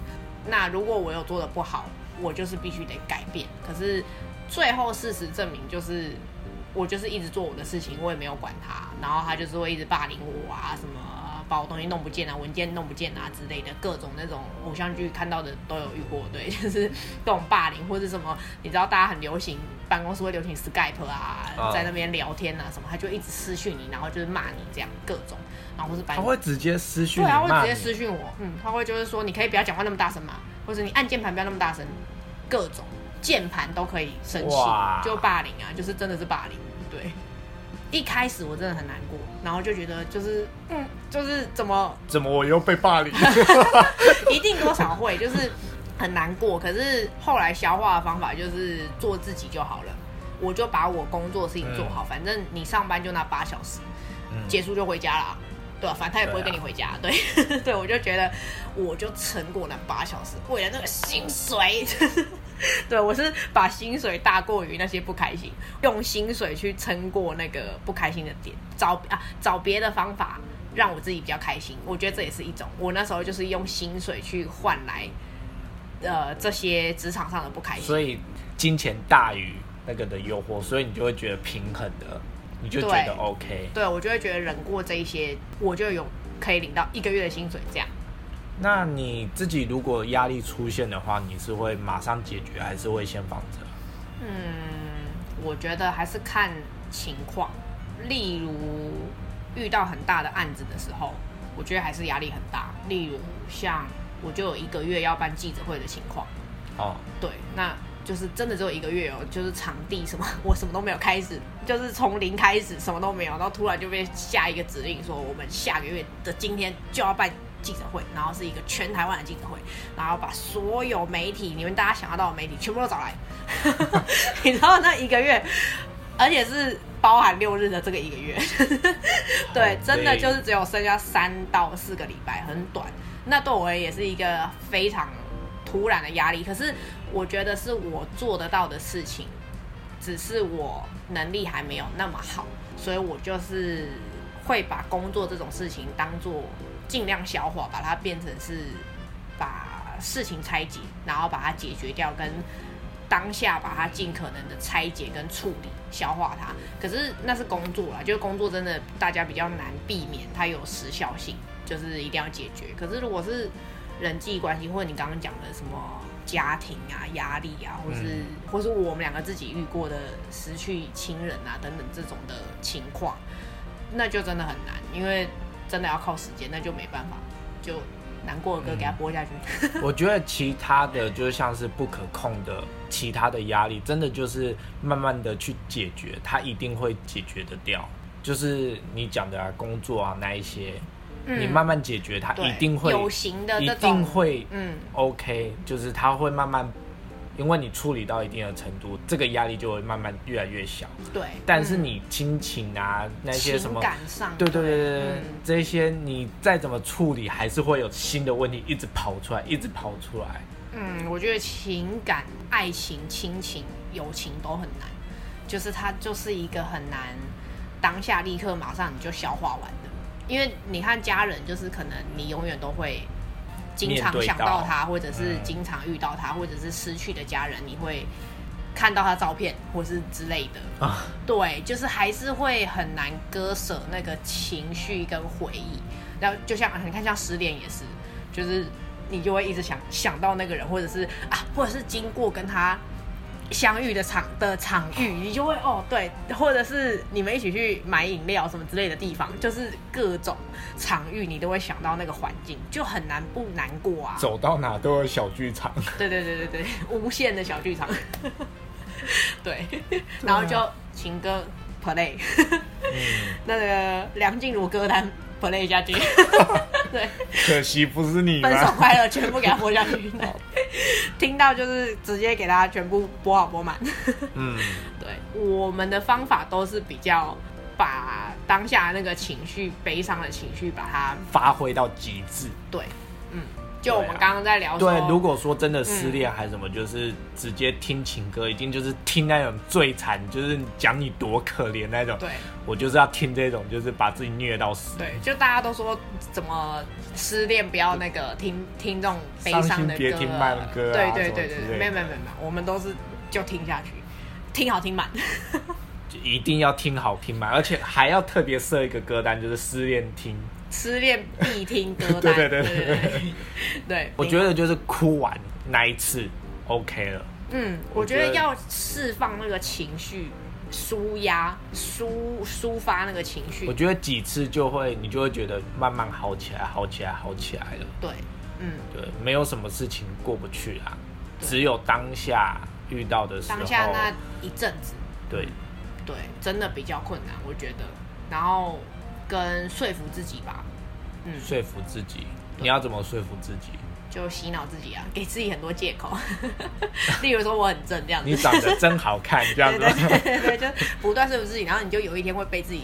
[SPEAKER 2] 那如果我有做的不好，我就是必须得改变。可是最后事实证明，就是我就是一直做我的事情，我也没有管他，然后他就是会一直霸凌我啊，什么把我东西弄不见啊，文件弄不见啊之类的，各种那种偶像剧看到的都有遇过，对，就是这种霸凌或是什么，你知道大家很流行办公室会流行 Skype 啊，
[SPEAKER 1] 啊
[SPEAKER 2] 在那边聊天啊什么，他就一直私讯你，然后就是骂你这样各种，然后或是把
[SPEAKER 1] 他
[SPEAKER 2] 你
[SPEAKER 1] 会直接私讯
[SPEAKER 2] 对
[SPEAKER 1] 你
[SPEAKER 2] 啊，
[SPEAKER 1] 骂
[SPEAKER 2] 会直接
[SPEAKER 1] 你
[SPEAKER 2] 私讯我，嗯，他会就是说你可以不要讲话那么大声嘛，或者你按键盘不要那么大声，各种键盘都可以生气
[SPEAKER 1] 哇，
[SPEAKER 2] 就霸凌啊，就是真的是霸凌，对。一开始我真的很难过，然后就觉得就是嗯，就是怎么
[SPEAKER 1] 怎么我又被霸凌？
[SPEAKER 2] 一定多少会，就是很难过。可是后来消化的方法就是做自己就好了，我就把我工作的事情做好，反正你上班就那八小时，
[SPEAKER 1] 嗯
[SPEAKER 2] 结束就回家啦。对、啊，反正他也不会
[SPEAKER 1] 对
[SPEAKER 2] 跟
[SPEAKER 1] 啊
[SPEAKER 2] 你回家。对、对， (laughs) 我就觉得我就撑过那八小时，为了那个薪水， (laughs) 对我是把薪水大过于那些不开心，用薪水去撑过那个不开心的点，找啊找别的方法让我自己比较开心。我觉得这也是一种，我那时候就是用薪水去换来，呃这些职场上的不开心。
[SPEAKER 1] 所以金钱大于那个的诱惑，所以你就会觉得平衡的，你就觉得
[SPEAKER 2] 对
[SPEAKER 1] OK。
[SPEAKER 2] 对我就会觉得忍过这一些，我就有可以领到一个月的薪水这样。
[SPEAKER 1] 那你自己如果压力出现的话，你是会马上解决，还是会先放着？
[SPEAKER 2] 嗯，我觉得还是看情况，例如遇到很大的案子的时候，我觉得还是压力很大。例如像我就有一个月要办记者会的情况，
[SPEAKER 1] 哦， (laughs)
[SPEAKER 2] 对，那就是真的只有一个月哦，就是场地什么， (laughs) 我什么都没有开始，就是从零开始，什么都没有，然后突然就被下一个指令说，我们下个月的今天就要办记者会，然后是一个全台湾的记者会，然后把所有媒体，你们大家想得到的媒体全部都找来， (laughs) 你知道那一个月，而且是包含六日的这个一个月， (laughs) 对，真的就是只有剩下三到四个礼拜，很短。那对我而言也是一个非常突然的压力，可是我觉得是我做得到的事情，只是我能力还没有那么好，所以我就是会把工作这种事情当做尽量消化，把它变成是把事情拆解，然后把它解决掉，跟当下把它尽可能的拆解跟处理、消化它。可是那是工作啦，就是工作真的大家比较难避免，它有时效性，就是一定要解决。可是如果是人际关系，或者你刚刚讲的什么家庭啊、压力啊，或是、或是我们两个自己遇过的失去亲人啊等等这种的情况，那就真的很难，因为真的要靠时间，那就没办法，就难过的歌给它播下去。
[SPEAKER 1] 我觉得其他的就是像是不可控的其他的压力，真的就是慢慢的去解决，它一定会解决得掉。就是你讲的啊，工作啊那一些，
[SPEAKER 2] 嗯
[SPEAKER 1] 你慢慢解决，它
[SPEAKER 2] 对
[SPEAKER 1] 一定会
[SPEAKER 2] 有形的
[SPEAKER 1] 一
[SPEAKER 2] 这
[SPEAKER 1] 定
[SPEAKER 2] 种，
[SPEAKER 1] 会
[SPEAKER 2] 嗯，
[SPEAKER 1] OK，就是它会慢慢因为你处理到一定的程度，这个压力就会慢慢越来越小。
[SPEAKER 2] 对，
[SPEAKER 1] 但是
[SPEAKER 2] 嗯
[SPEAKER 1] 你亲情啊，那些什
[SPEAKER 2] 情
[SPEAKER 1] 么，
[SPEAKER 2] 感上，
[SPEAKER 1] 对对对对对，
[SPEAKER 2] 嗯
[SPEAKER 1] 这些你再怎么处理，还是会有新的问题一直跑出来，一直跑出来。
[SPEAKER 2] 嗯，我觉得情感、爱情、亲情、友情都很难，就是它就是一个很难当下立刻马上你就消化完的，因为你看家人，就是可能你永远都会经
[SPEAKER 1] 面
[SPEAKER 2] 常
[SPEAKER 1] 对
[SPEAKER 2] 想
[SPEAKER 1] 到
[SPEAKER 2] 到他，或者是
[SPEAKER 1] 嗯
[SPEAKER 2] 经常遇到他，或者是失去的家人，你会看到他照片或是之类的，
[SPEAKER 1] 啊，
[SPEAKER 2] 对，就是还是会很难割舍那个情绪跟回忆。然后就像你看，像失恋也是，就是你就会一直想想到那个人，或者是啊，或者是经过跟他相遇的场的场域，你就会哦对，或者是你们一起去买饮料什么之类的地方，就是各种场域你都会想到那个环境，就很难不难过啊。
[SPEAKER 1] 走到哪都有小剧 (laughs) 场。
[SPEAKER 2] 对对对对对，无限的小剧场。对，然后就情歌 play，
[SPEAKER 1] 嗯，
[SPEAKER 2] 那个梁静茹歌单 play
[SPEAKER 1] (laughs)
[SPEAKER 2] 下去，对，
[SPEAKER 1] 可惜不是你
[SPEAKER 2] 分手
[SPEAKER 1] 啦。
[SPEAKER 2] 快乐全部给他播下
[SPEAKER 1] (laughs)
[SPEAKER 2] 去，对听到就是直接给他全部播好播满。
[SPEAKER 1] 嗯，
[SPEAKER 2] 对，我们的方法都是比较把当下那个情绪、悲伤的情绪，把它
[SPEAKER 1] 发挥到极致。
[SPEAKER 2] 对，嗯，就我
[SPEAKER 1] 对
[SPEAKER 2] 们
[SPEAKER 1] 啊
[SPEAKER 2] 刚刚在聊说，
[SPEAKER 1] 对，如果说真的失恋还是什么，就是直接听情歌，一定就是听那种最惨，就是讲你多可怜那种。
[SPEAKER 2] 对
[SPEAKER 1] 我就是要听这种，就是把自己虐到死。
[SPEAKER 2] 对，就大家都说怎么失恋不要那个听听这种悲
[SPEAKER 1] 伤
[SPEAKER 2] 伤
[SPEAKER 1] 心
[SPEAKER 2] 的歌啊，
[SPEAKER 1] 别听慢歌啊
[SPEAKER 2] 对
[SPEAKER 1] 什
[SPEAKER 2] 对对
[SPEAKER 1] 么
[SPEAKER 2] 对
[SPEAKER 1] 之类的
[SPEAKER 2] 对，没有没有没有没有，我们都是就听下去，听好听满。
[SPEAKER 1] 就一定要听好听嘛，而且还要特别设一个歌单，就是失恋听。
[SPEAKER 2] 失恋必
[SPEAKER 1] (laughs)
[SPEAKER 2] 听歌单，
[SPEAKER 1] 对对对
[SPEAKER 2] 对
[SPEAKER 1] 对
[SPEAKER 2] 对对
[SPEAKER 1] 我觉，得就是哭完那一次 OK 了，
[SPEAKER 2] 嗯，
[SPEAKER 1] 我
[SPEAKER 2] 我觉得
[SPEAKER 1] 觉得
[SPEAKER 2] 要释放那个情绪，舒压、抒抒发那个情绪
[SPEAKER 1] 我，觉得几次就会你就会觉得慢慢好起来，好起来，好起来了。
[SPEAKER 2] 对，嗯，
[SPEAKER 1] 对，没有什么事情过不去啊，只有当下遇到的时候，
[SPEAKER 2] 当下那一阵子，
[SPEAKER 1] 对
[SPEAKER 2] 对，真的比较困难，我觉得，然后跟说服自己吧，嗯，
[SPEAKER 1] 说服自己，你要怎么说服自己？
[SPEAKER 2] 就洗脑自己啊，给自己很多借口， (laughs) 例如说我很正这样子，
[SPEAKER 1] 你长得真好看，
[SPEAKER 2] (laughs)
[SPEAKER 1] 这样
[SPEAKER 2] 对
[SPEAKER 1] 子
[SPEAKER 2] 对。对对对，就不断说服自己，然后你就有一天会被自己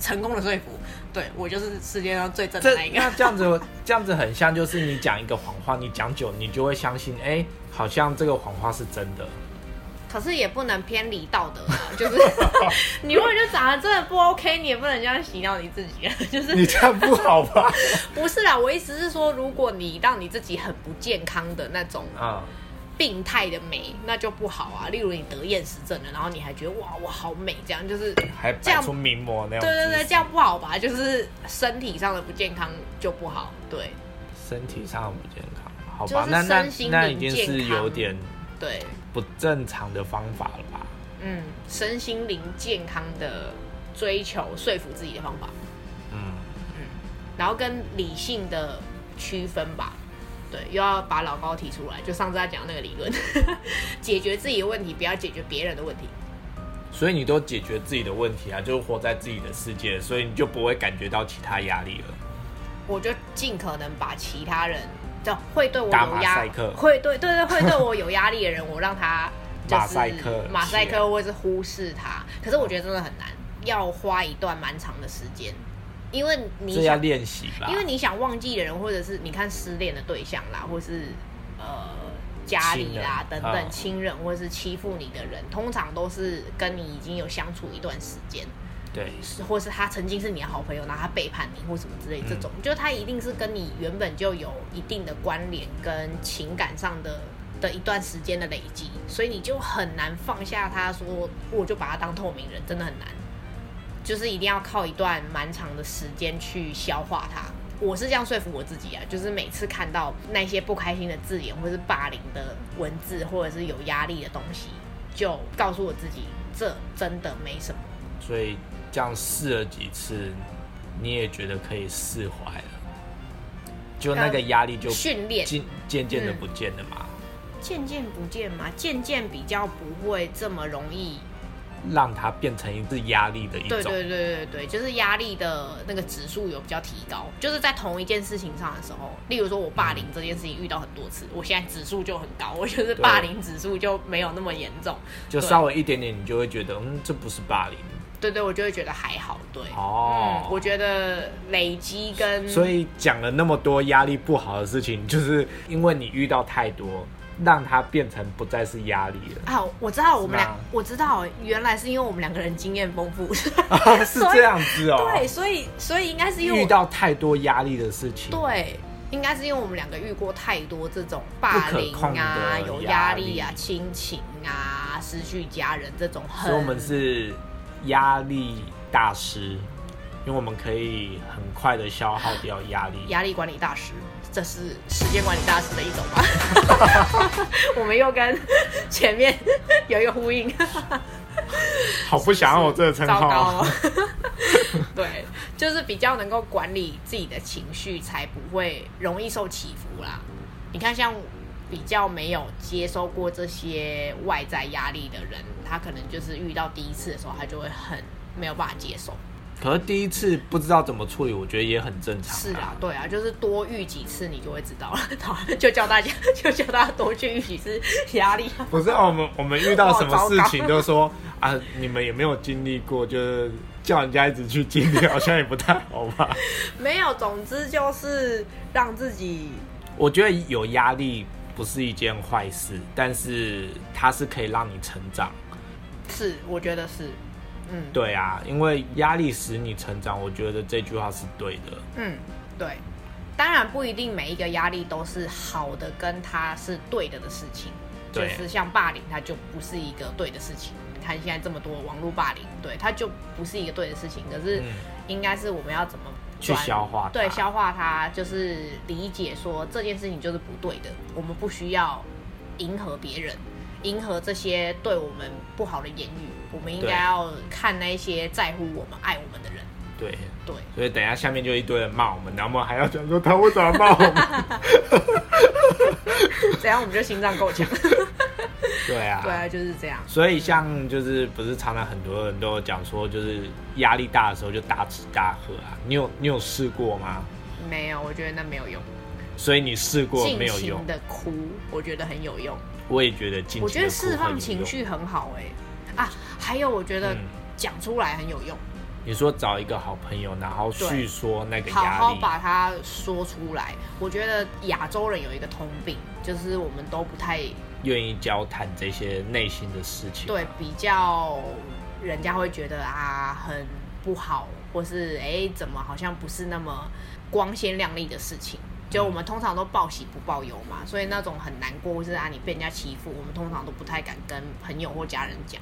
[SPEAKER 2] 成功的说服。对我就是世界上最正的
[SPEAKER 1] 这
[SPEAKER 2] 那一个。
[SPEAKER 1] 那这样子，这样子很像，就是你讲一个谎话，你讲久，你就会相信，哎、好像这个谎话是真的。
[SPEAKER 2] 可是也不能偏离道德啊，就是 (laughs) 你如果就长得真的不 OK，你也不能这样洗脑你自己啊，就是
[SPEAKER 1] 你这样不好
[SPEAKER 2] (laughs)
[SPEAKER 1] 吧？
[SPEAKER 2] 不是啦？我意思是说，如果你让你自己很不健康的那种
[SPEAKER 1] 啊、
[SPEAKER 2] 病态的美，那就不好啊。例如你得厌食症了，然后你还觉得哇我好美，这样就是
[SPEAKER 1] 还摆出名模那样。
[SPEAKER 2] 对对对，这样不好吧？就是身体上的不健康就不好，对
[SPEAKER 1] 身体上不健康，好
[SPEAKER 2] 就
[SPEAKER 1] 吧？
[SPEAKER 2] 是
[SPEAKER 1] 那那
[SPEAKER 2] 身心
[SPEAKER 1] 那
[SPEAKER 2] 灵
[SPEAKER 1] 已经
[SPEAKER 2] 健
[SPEAKER 1] 是
[SPEAKER 2] 康
[SPEAKER 1] 有点
[SPEAKER 2] 对。
[SPEAKER 1] 不正常的方法了吧？
[SPEAKER 2] 嗯，身心灵健康的追求、说服自己的方法，
[SPEAKER 1] 嗯，
[SPEAKER 2] 然后跟理性的区分吧。对，又要把老高提出来，就上次他讲的那个理论， (laughs) 解决自己的问题，不要解决别人的问题。
[SPEAKER 1] 所以你都解决自己的问题啊，就是活在自己的世界，所以你就不会感觉到其他压力了。
[SPEAKER 2] 我就尽可能把其他人，就会对我
[SPEAKER 1] 打
[SPEAKER 2] 有
[SPEAKER 1] 马
[SPEAKER 2] 压
[SPEAKER 1] 赛克，
[SPEAKER 2] 会对对对，会对我有压力的人，我让他就是
[SPEAKER 1] 马赛克
[SPEAKER 2] 马赛
[SPEAKER 1] 起来
[SPEAKER 2] 克，或者是忽视他。可是我觉得真的很难，要花一段蛮长的时间，因为你
[SPEAKER 1] 这
[SPEAKER 2] 想
[SPEAKER 1] 要练习吧，
[SPEAKER 2] 因为你想忘记的人，或者是你看失恋的对象啦，或是呃家里啦
[SPEAKER 1] 亲人
[SPEAKER 2] 等等
[SPEAKER 1] 啊
[SPEAKER 2] 亲人，或者是欺负你的人，通常都是跟你已经有相处一段时间，
[SPEAKER 1] 对
[SPEAKER 2] 是或是他曾经是你的好朋友，然后他背叛你或什么之类这种，就他一定是跟你原本就有一定的关联跟情感上的。的一段时间的累积，所以你就很难放下他说，我就把他当透明人，真的很难。就是一定要靠一段蛮长的时间去消化它。我是这样说服我自己啊，就是每次看到那些不开心的字眼，或是霸凌的文字，或者是有压力的东西，就告诉我自己，这真的没什么。
[SPEAKER 1] 所以这样试了几次，你也觉得可以释怀了，就那个压力就
[SPEAKER 2] 训练嗯
[SPEAKER 1] 渐渐渐的不见了嘛。
[SPEAKER 2] 渐渐不见嘛，渐渐比较不会这么容易
[SPEAKER 1] 让它变成一是压力的一
[SPEAKER 2] 对
[SPEAKER 1] 种。
[SPEAKER 2] 对对对对，就是压力的那个指数有比较提高，就是在同一件事情上的时候，例如说我霸凌这件事情遇到很多次，我现在指数就很高，我就是
[SPEAKER 1] 对
[SPEAKER 2] 霸凌指数就没有那么严重。
[SPEAKER 1] 就稍微一点点，你就会觉得，嗯，这不是霸凌
[SPEAKER 2] 对对，我就会觉得还好，对。
[SPEAKER 1] 哦。
[SPEAKER 2] 嗯，我觉得累积跟
[SPEAKER 1] 所以讲了那么多压力不好的事情，就是因为你遇到太多，让它变成不再是压力了。
[SPEAKER 2] 啊，我知道我们
[SPEAKER 1] 是
[SPEAKER 2] 俩
[SPEAKER 1] 吗，
[SPEAKER 2] 我知道原来是因为我们两个人经验丰富， (laughs)
[SPEAKER 1] 啊是这样子哦。
[SPEAKER 2] 对，所以所以应该是因为
[SPEAKER 1] 遇
[SPEAKER 2] 我
[SPEAKER 1] 到太多压力的事情，
[SPEAKER 2] 对，应该是因为我们两个遇过太多这种霸凌
[SPEAKER 1] 不可控
[SPEAKER 2] 啊、
[SPEAKER 1] 的
[SPEAKER 2] 有
[SPEAKER 1] 压
[SPEAKER 2] 压
[SPEAKER 1] 力
[SPEAKER 2] 力啊、亲情啊、失去家人这种很，
[SPEAKER 1] 所以我们是压力大师，因为我们可以很快的消耗掉压力。
[SPEAKER 2] 压力管理大师，这是时间管理大师的一种吧？
[SPEAKER 1] (laughs)
[SPEAKER 2] (laughs) 我们又跟前面有一个呼应。
[SPEAKER 1] 好不想要我这个称
[SPEAKER 2] 糟
[SPEAKER 1] 号
[SPEAKER 2] 糕
[SPEAKER 1] 啊，
[SPEAKER 2] 哦。 (laughs) 对，就是比较能够管理自己的情绪，才不会容易受起伏啦。你看，像比较没有接受过这些外在压力的人，他可能就是遇到第一次的时候，他就会很没有办法接受。
[SPEAKER 1] 可是第一次不知道怎么处理，我觉得也很正常、
[SPEAKER 2] 是啊，，对啊，就是多遇几次，你就会知道了。 (laughs) 好就叫大家，就叫大家多去遇几次压力。
[SPEAKER 1] 不是、哦、我们我们遇到什么事情都说 (laughs) 啊，你们也没有经历过，就是叫人家一直去经历，好像也不太好吧。
[SPEAKER 2] 没有，总之就是让自己
[SPEAKER 1] 我觉得有压力不是一件坏事，但是它是可以让你成长。
[SPEAKER 2] 是，我觉得是，嗯，
[SPEAKER 1] 对啊，因为压力使你成长，我觉得这句话是对的。
[SPEAKER 2] 嗯，对，当然不一定每一个压力都是好的，跟它是对的的事情。就
[SPEAKER 1] 对
[SPEAKER 2] 是像霸凌，它就不是一个对的事情。你看现在这么多网络霸凌，对，它就不是一个对的事情。可是
[SPEAKER 1] 嗯
[SPEAKER 2] 应该是我们要怎么
[SPEAKER 1] 去
[SPEAKER 2] 转
[SPEAKER 1] 消化它
[SPEAKER 2] 对，消化它，就是理解说这件事情就是不对的，我们不需要迎合别人。迎合这些对我们不好的言语，我们应
[SPEAKER 1] 对
[SPEAKER 2] 该要看那些在乎我们、爱我们的人。
[SPEAKER 1] 对，
[SPEAKER 2] 对，
[SPEAKER 1] (laughs) 所以等一下下面就一堆人骂我们，然后我们还要讲说他为什么骂我
[SPEAKER 2] (laughs)
[SPEAKER 1] 们？
[SPEAKER 2] 这样我们就心脏够强。
[SPEAKER 1] 对啊，
[SPEAKER 2] 对啊，就是这样。
[SPEAKER 1] 所以像就是不是常常很多人都有讲说，就是压力大的时候就大吃大喝啊。你有你有试过吗？
[SPEAKER 2] 没有，我觉得那没有用。
[SPEAKER 1] 所以你试过
[SPEAKER 2] 尽
[SPEAKER 1] 没有用
[SPEAKER 2] 情？的哭，我觉得很有用。
[SPEAKER 1] 我也觉得尽情地
[SPEAKER 2] 我觉得释
[SPEAKER 1] 哭很
[SPEAKER 2] 放
[SPEAKER 1] 有
[SPEAKER 2] 情
[SPEAKER 1] 用。
[SPEAKER 2] 绪很好哎、啊，还有我觉得
[SPEAKER 1] 嗯
[SPEAKER 2] 讲出来很有用，
[SPEAKER 1] 你说找一个好朋友，然后
[SPEAKER 2] 对
[SPEAKER 1] 叙说那个
[SPEAKER 2] 好
[SPEAKER 1] 压
[SPEAKER 2] 好
[SPEAKER 1] 力，
[SPEAKER 2] 把它说出来。我觉得亚洲人有一个通病，就是我们都不太
[SPEAKER 1] 愿意交谈这些内心的事情。
[SPEAKER 2] 对，比较人家会觉得啊很不好，或是哎、怎么好像不是那么光鲜亮丽的事情。就我们通常都报喜不报忧嘛，所以那种很难过，或是啊你被人家欺负，我们通常都不太敢跟朋友或家人讲。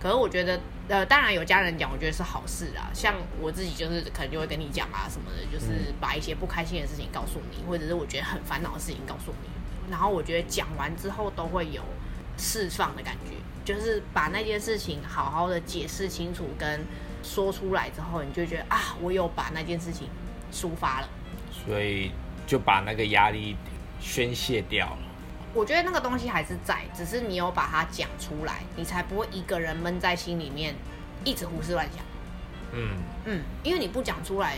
[SPEAKER 2] 可是我觉得，呃，当然有家人讲，我觉得是好事啦。像我自己就是可能就会跟你讲啊什么的，就是把一些不开心的事情告诉你，或者是我觉得很烦恼的事情告诉你。然后我觉得讲完之后都会有释放的感觉，就是把那件事情好好的解释清楚跟说出来之后，你就觉得啊，我有把那件事情抒发了。
[SPEAKER 1] 所以就把那个压力宣泄掉了。
[SPEAKER 2] 我觉得那个东西还是在，只是你有把它讲出来，你才不会一个人闷在心里面一直胡思乱想。
[SPEAKER 1] 嗯，
[SPEAKER 2] 嗯，因为你不讲出来，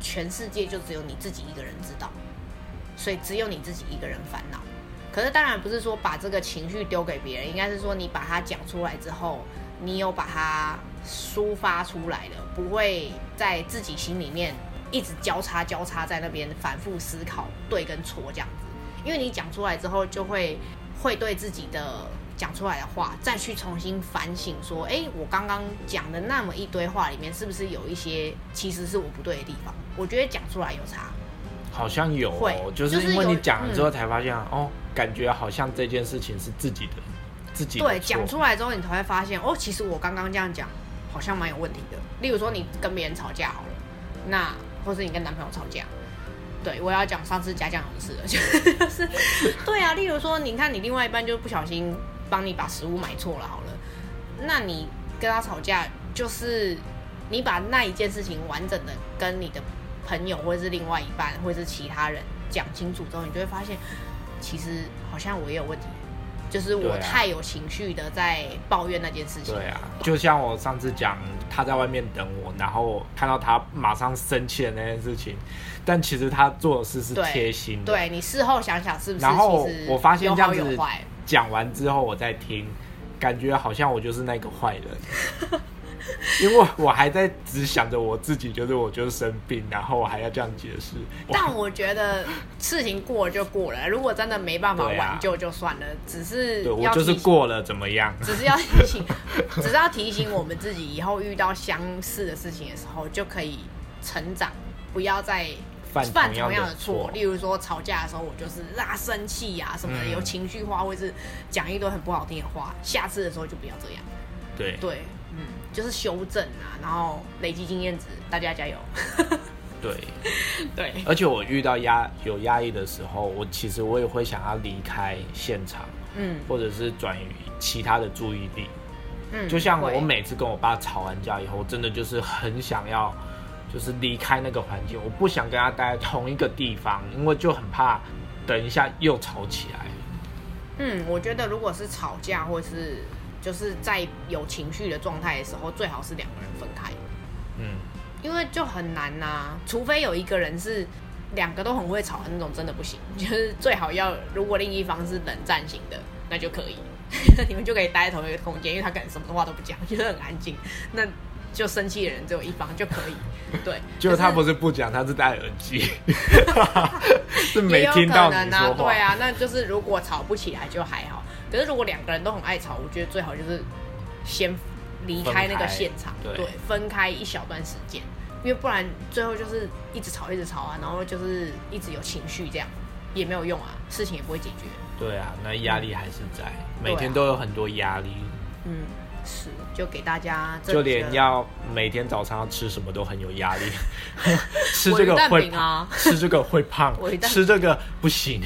[SPEAKER 2] 全世界就只有你自己一个人知道，所以只有你自己一个人烦恼。可是当然不是说把这个情绪丢给别人，应该是说你把它讲出来之后，你有把它抒发出来了，不会在自己心里面一直交叉交叉在那边反复思考对跟错这样子。因为你讲出来之后，就会会对自己的讲出来的话再去重新反省，说，哎，我刚刚讲的那么一堆话里面，是不是有一些其实是我不对的地方？我觉得讲出来有差，
[SPEAKER 1] 好像有、
[SPEAKER 2] 会
[SPEAKER 1] 哦，就
[SPEAKER 2] 就是是
[SPEAKER 1] 因为
[SPEAKER 2] 有嗯
[SPEAKER 1] 你讲了之后才发现，哦，感觉好像这件事情是自己的，自己的
[SPEAKER 2] 对，
[SPEAKER 1] 错
[SPEAKER 2] 讲出来之后，你才会发现，哦，其实我刚刚这样讲好像蛮有问题的。例如说，你跟别人吵架好了，那或是你跟男朋友吵架。对，我要讲上次家酱有事了， (laughs) 就是对啊。例如说，你看你另外一半就不小心帮你把食物买错了，好了，那你跟他吵架，就是你把那一件事情完整的跟你的朋友或者是另外一半或者是其他人讲清楚之后，你就会发现，其实好像我也有问题，就是我
[SPEAKER 1] 对啊
[SPEAKER 2] 太有情绪的在抱怨那件事情。
[SPEAKER 1] 对啊，就像我上次讲，他在外面等我，然后看到他马上生气的那件事情，但其实他做的事是
[SPEAKER 2] 对
[SPEAKER 1] 贴心的。
[SPEAKER 2] 对你事后想想是不是？
[SPEAKER 1] 然后
[SPEAKER 2] 其实
[SPEAKER 1] 我发现
[SPEAKER 2] 有
[SPEAKER 1] 这样
[SPEAKER 2] 好
[SPEAKER 1] 子
[SPEAKER 2] 有坏，
[SPEAKER 1] 讲完之后，我再听，感觉好像我就是那个坏人，
[SPEAKER 2] (laughs)
[SPEAKER 1] 因为我还在只想着我自己，就是我就是生病，然后我还要这样解释。
[SPEAKER 2] 但我觉得事情过了就过了，如果真的没办法
[SPEAKER 1] 对啊
[SPEAKER 2] 挽救就算了，只是
[SPEAKER 1] 对我
[SPEAKER 2] 要
[SPEAKER 1] 就是
[SPEAKER 2] 提醒
[SPEAKER 1] 过了，怎么样？
[SPEAKER 2] 只是要提醒， (laughs) 只是要提醒我们自己，以后遇到相似的事情的时候，就可以成长，不要再
[SPEAKER 1] 犯
[SPEAKER 2] 犯
[SPEAKER 1] 同样
[SPEAKER 2] 同样
[SPEAKER 1] 的
[SPEAKER 2] 的错
[SPEAKER 1] 错。
[SPEAKER 2] 例如说吵架的时候，我就是啊生气呀、什么的，
[SPEAKER 1] 嗯
[SPEAKER 2] 有情绪化，或是讲一堆很不好听的话，下次的时候就不要这样。
[SPEAKER 1] 对
[SPEAKER 2] 对，嗯，就是修正啊，然后累积经验值，大家加油。
[SPEAKER 1] (laughs) 对，
[SPEAKER 2] 对，
[SPEAKER 1] 而且我遇到压有压抑的时候，我其实我也会想要离开现场，
[SPEAKER 2] 嗯
[SPEAKER 1] 或者是转移其他的注意力。
[SPEAKER 2] 嗯，
[SPEAKER 1] 就像我
[SPEAKER 2] 会
[SPEAKER 1] 每次跟我爸吵完架以后，我真的就是很想要，就是离开那个环境，我不想跟他待在同一个地方，因为就很怕等一下又吵起来。
[SPEAKER 2] 嗯，我觉得如果是吵架或是就是在有情绪的状态的时候，最好是两个人分开。
[SPEAKER 1] 嗯，
[SPEAKER 2] 因为就很难呐、除非有一个人是两个都很会吵的那种，真的不行。 (laughs) 就是最好要，如果另一方是冷战型的，那就可以， (laughs) 你们就可以待在同一个空间，因为他可能什么话都不讲， (laughs) 就是很安静。那就生气的人只有一方就可以，对。
[SPEAKER 1] 就他
[SPEAKER 2] 可
[SPEAKER 1] 不
[SPEAKER 2] 是
[SPEAKER 1] 是不讲，他是戴耳
[SPEAKER 2] (laughs)
[SPEAKER 1] 机，是
[SPEAKER 2] 也
[SPEAKER 1] 没
[SPEAKER 2] 有
[SPEAKER 1] 听
[SPEAKER 2] 可
[SPEAKER 1] 到你
[SPEAKER 2] 能啊
[SPEAKER 1] 说，话。
[SPEAKER 2] 对啊，那就是如果吵不起来就还好，可是如果两个人都很爱吵，我觉得最好就是先离开那个现场，
[SPEAKER 1] 分开
[SPEAKER 2] 对
[SPEAKER 1] 对，
[SPEAKER 2] 分开一小段时间，因为不然最后就是一直吵一直吵啊，然后就是一直有情绪这样也没有用啊，事情也不会解决。
[SPEAKER 1] 对啊，那压力还是在，每
[SPEAKER 2] 对啊
[SPEAKER 1] 天都有很多压力，
[SPEAKER 2] 嗯，是，就给大家这
[SPEAKER 1] 就
[SPEAKER 2] 几个
[SPEAKER 1] 连要每天早上要吃什么都很有压
[SPEAKER 2] (laughs)
[SPEAKER 1] 力，吃
[SPEAKER 2] 我
[SPEAKER 1] 这个
[SPEAKER 2] 蛋
[SPEAKER 1] 会
[SPEAKER 2] 饼
[SPEAKER 1] 胖，
[SPEAKER 2] 啊，
[SPEAKER 1] 吃这个会胖
[SPEAKER 2] 我一，旦
[SPEAKER 1] 吃这个不行。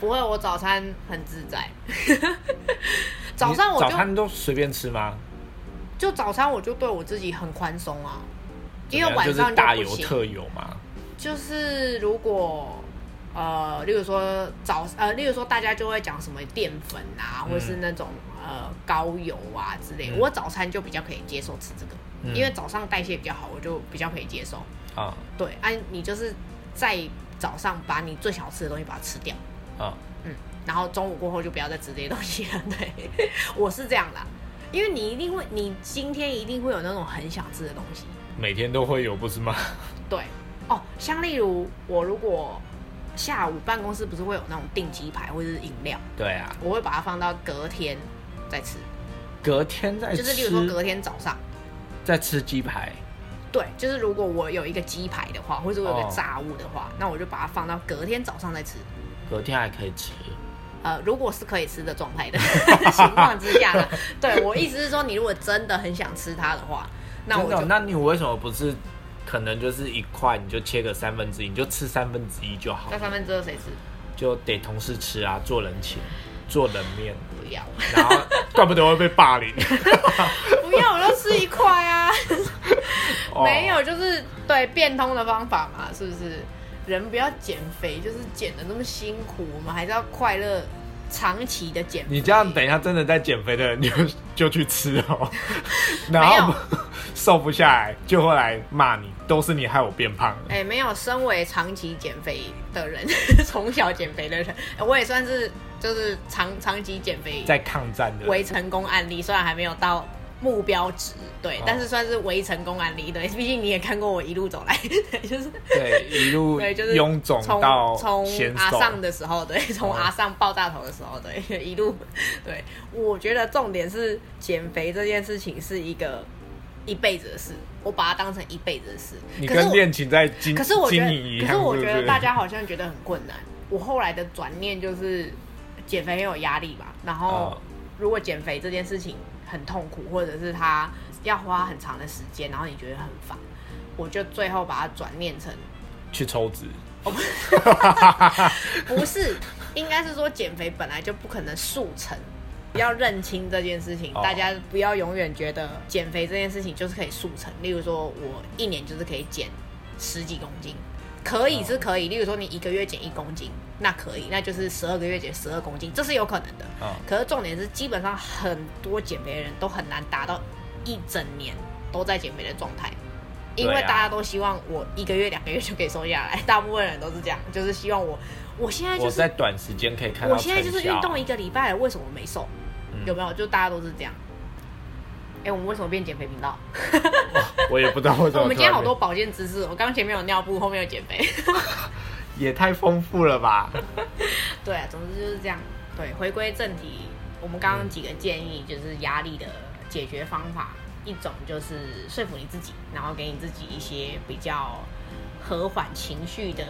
[SPEAKER 2] 不会，我早餐很自在，
[SPEAKER 1] (laughs)
[SPEAKER 2] 早上我
[SPEAKER 1] 你
[SPEAKER 2] 就
[SPEAKER 1] 早餐都随便吃吗？
[SPEAKER 2] 就早餐我就对我自己很宽松啊，因为
[SPEAKER 1] 怎么样
[SPEAKER 2] 晚上
[SPEAKER 1] 就是大
[SPEAKER 2] 不
[SPEAKER 1] 油
[SPEAKER 2] 行。
[SPEAKER 1] 特油嘛。
[SPEAKER 2] 就是如果呃，例如说早呃，例如说大家就会讲什么淀粉啊，或者是那种呃高油啊之类。
[SPEAKER 1] 嗯
[SPEAKER 2] 我早餐就比较可以接受吃这个，
[SPEAKER 1] 嗯
[SPEAKER 2] 因为早上代谢比较好，我就比较可以接受。
[SPEAKER 1] 啊
[SPEAKER 2] 对，啊，你就是在早上把你最想要吃的东西把它吃掉，
[SPEAKER 1] 啊，
[SPEAKER 2] 嗯，然后中午过后就不要再吃这些东西了。 (laughs) 对，我是这样啦，因为你一定会，你今天一定会有那种很想吃的东西，
[SPEAKER 1] 每天都会有不是吗？ (laughs)
[SPEAKER 2] 对，哦，像例如我如果下午办公室不是会有那种订鸡排或者是饮料，
[SPEAKER 1] 对啊，
[SPEAKER 2] 我会把它放到隔天再吃，
[SPEAKER 1] 隔天再
[SPEAKER 2] 就是例如说
[SPEAKER 1] 呃吃
[SPEAKER 2] 隔天早上。
[SPEAKER 1] 再吃鸡排，
[SPEAKER 2] 对，就是如果我有一个鸡排的话，或者我有一个
[SPEAKER 1] 哦
[SPEAKER 2] 炸物的话，那我就把它放到隔天早上再吃。
[SPEAKER 1] 隔天还可以吃。
[SPEAKER 2] 呃，如果是可以吃的状
[SPEAKER 1] (laughs)
[SPEAKER 2] 态的情况之下呢，对我意思是说，你如果真的很想吃它的话，那
[SPEAKER 1] 真
[SPEAKER 2] 我
[SPEAKER 1] 的哦
[SPEAKER 2] 就
[SPEAKER 1] 那你为什么不是？可能就是一块，你就切个三分之一，你就吃三分之一就好
[SPEAKER 2] 那
[SPEAKER 1] 了，
[SPEAKER 2] 三分之二谁吃？
[SPEAKER 1] 就得同事吃啊，做人情，做人面，
[SPEAKER 2] 不要， (laughs)
[SPEAKER 1] 然后怪不得会被霸凌。
[SPEAKER 2] 不要，我就吃一块啊。
[SPEAKER 1] 哦
[SPEAKER 2] 没有，就是对变通的方法嘛，是不是？人不要减肥，就是减的那么辛苦，我们还是要快乐长期的减肥。
[SPEAKER 1] 你这样，等一下真的在减肥的人就就去吃哦，
[SPEAKER 2] (laughs)
[SPEAKER 1] 然
[SPEAKER 2] 没
[SPEAKER 1] 后
[SPEAKER 2] 有
[SPEAKER 1] (laughs) 瘦不下来就会来骂你，都是你害我变胖的。
[SPEAKER 2] 哎、没有，身为长期减肥的人， (laughs) 从小减肥的人，哎我也算是就是长长期减肥
[SPEAKER 1] 在抗战的
[SPEAKER 2] 为成功案例，虽然还没有到。目标值对，
[SPEAKER 1] 哦
[SPEAKER 2] 但是算是为成功案例对，毕竟你也看过我一路走来， (laughs) 对，就是
[SPEAKER 1] 对，一路
[SPEAKER 2] (laughs) 对，就是
[SPEAKER 1] 臃肿
[SPEAKER 2] 从
[SPEAKER 1] 到
[SPEAKER 2] 从
[SPEAKER 1] 纤
[SPEAKER 2] 阿
[SPEAKER 1] 瘦，哦
[SPEAKER 2] 上的时候，对，从阿上爆炸头的时候，对， (laughs) 一路，对，我觉得重点是减肥这件事情是一个一辈子的事，我把它当成一辈子的事。
[SPEAKER 1] 你
[SPEAKER 2] 可是
[SPEAKER 1] 跟
[SPEAKER 2] 我
[SPEAKER 1] 恋情在经
[SPEAKER 2] 可是我觉
[SPEAKER 1] 经
[SPEAKER 2] 得
[SPEAKER 1] 营一，
[SPEAKER 2] 可
[SPEAKER 1] 样，
[SPEAKER 2] 是我觉
[SPEAKER 1] 不
[SPEAKER 2] 得大家好像觉得很困难。我后来的转念就是减肥很有压力吧，然后
[SPEAKER 1] 哦
[SPEAKER 2] 如果减肥这件事情很痛苦，或者是它要花很长的时间，然后你觉得很烦，我就最后把它转念成
[SPEAKER 1] 去抽脂，
[SPEAKER 2] 不是，应该是说减肥本来就不可能速成，要认清这件事情，
[SPEAKER 1] 哦
[SPEAKER 2] 大家不要永远觉得减肥这件事情就是可以速成。例如说，我一年就是可以减十几公斤、可以是可以，例如说你一个月减一公斤，那可以，那就是十二个月减十二公斤，这是有可能的。
[SPEAKER 1] 嗯
[SPEAKER 2] 可是重点是，基本上很多减肥的人都很难达到一整年都在减肥的状态，因为
[SPEAKER 1] 对啊
[SPEAKER 2] 大家都希望我一个月、两个月就可以瘦下来， (laughs) 大部分人都是这样，就是希望我我现在就
[SPEAKER 1] 我
[SPEAKER 2] 是
[SPEAKER 1] 在短时间可以看到
[SPEAKER 2] 我现在就是
[SPEAKER 1] 成效啊
[SPEAKER 2] 运动一个礼拜了，为什么没瘦？
[SPEAKER 1] 嗯
[SPEAKER 2] 有没有？就大家都是这样。哎、我们为什么变减肥频道？
[SPEAKER 1] 我也不知道为什么。
[SPEAKER 2] (laughs) 我们今天好多
[SPEAKER 1] 啊
[SPEAKER 2] 保健知识哦，我刚刚前面有尿布，后面有减肥。
[SPEAKER 1] 也太丰富了吧？
[SPEAKER 2] (laughs) 对啊，总之就是这样。对，回归正题，我们刚刚几个建议就是压力的解决方法，一种就是说服你自己，然后给你自己一些比较和缓情绪的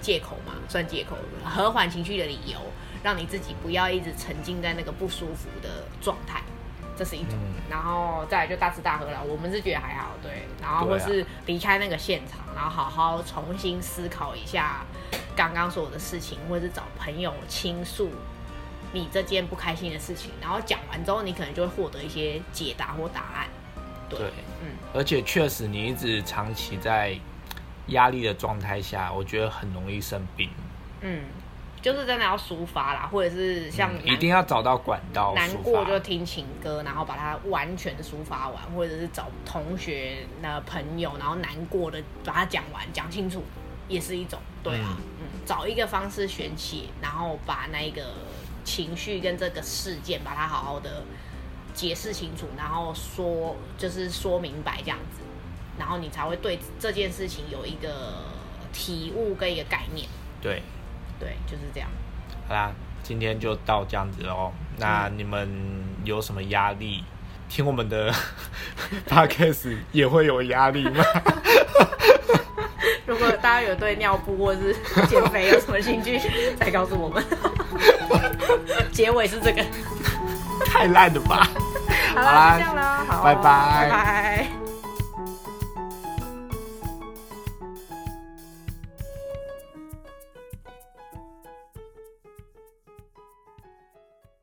[SPEAKER 2] 借口嘛，算借口吧和缓情绪的理由，让你自己不要一直沉浸在那个不舒服的状态。这是一种，
[SPEAKER 1] 嗯
[SPEAKER 2] 然后再来就大吃大喝了。我们是觉得还好，对，然后或
[SPEAKER 1] 对啊
[SPEAKER 2] 是离开那个现场，然后好好重新思考一下刚刚所有的事情，或是找朋友倾诉你这件不开心的事情，然后讲完之后，你可能就会获得一些解答或答案。对，
[SPEAKER 1] 对
[SPEAKER 2] 嗯，
[SPEAKER 1] 而且确实，你一直长期在压力的状态下，我觉得很容易生病。
[SPEAKER 2] 嗯，就是真的要抒发啦，或者是像
[SPEAKER 1] 嗯
[SPEAKER 2] 难
[SPEAKER 1] 一定要找到管道
[SPEAKER 2] 难
[SPEAKER 1] 抒
[SPEAKER 2] 过
[SPEAKER 1] 发。
[SPEAKER 2] 就听情歌，然后把它完全抒发完，或者是找同学、那朋友，然后难过的把它讲完、讲清楚，也是一种对啊，嗯找一个方式宣泄，然后把那一个情绪跟这个事件把它好好的解释清楚，然后说就是说明白这样子，然后你才会对这件事情有一个体悟跟一个概念，
[SPEAKER 1] 对，
[SPEAKER 2] 对，就是这样。
[SPEAKER 1] 好啦，今天就到这样子哦。那
[SPEAKER 2] 嗯
[SPEAKER 1] 你们有什么压力？听我们的 (laughs) podcast 也会有压力
[SPEAKER 2] (laughs)
[SPEAKER 1] 吗？
[SPEAKER 2] 如果大家有对尿布或是减肥有什么兴趣，再告诉
[SPEAKER 1] (laughs)
[SPEAKER 2] 我们。结尾是这个，
[SPEAKER 1] 太烂了吧！好
[SPEAKER 2] 好
[SPEAKER 1] 啦
[SPEAKER 2] 啦，就这样啦，好，
[SPEAKER 1] 拜拜
[SPEAKER 2] 拜拜。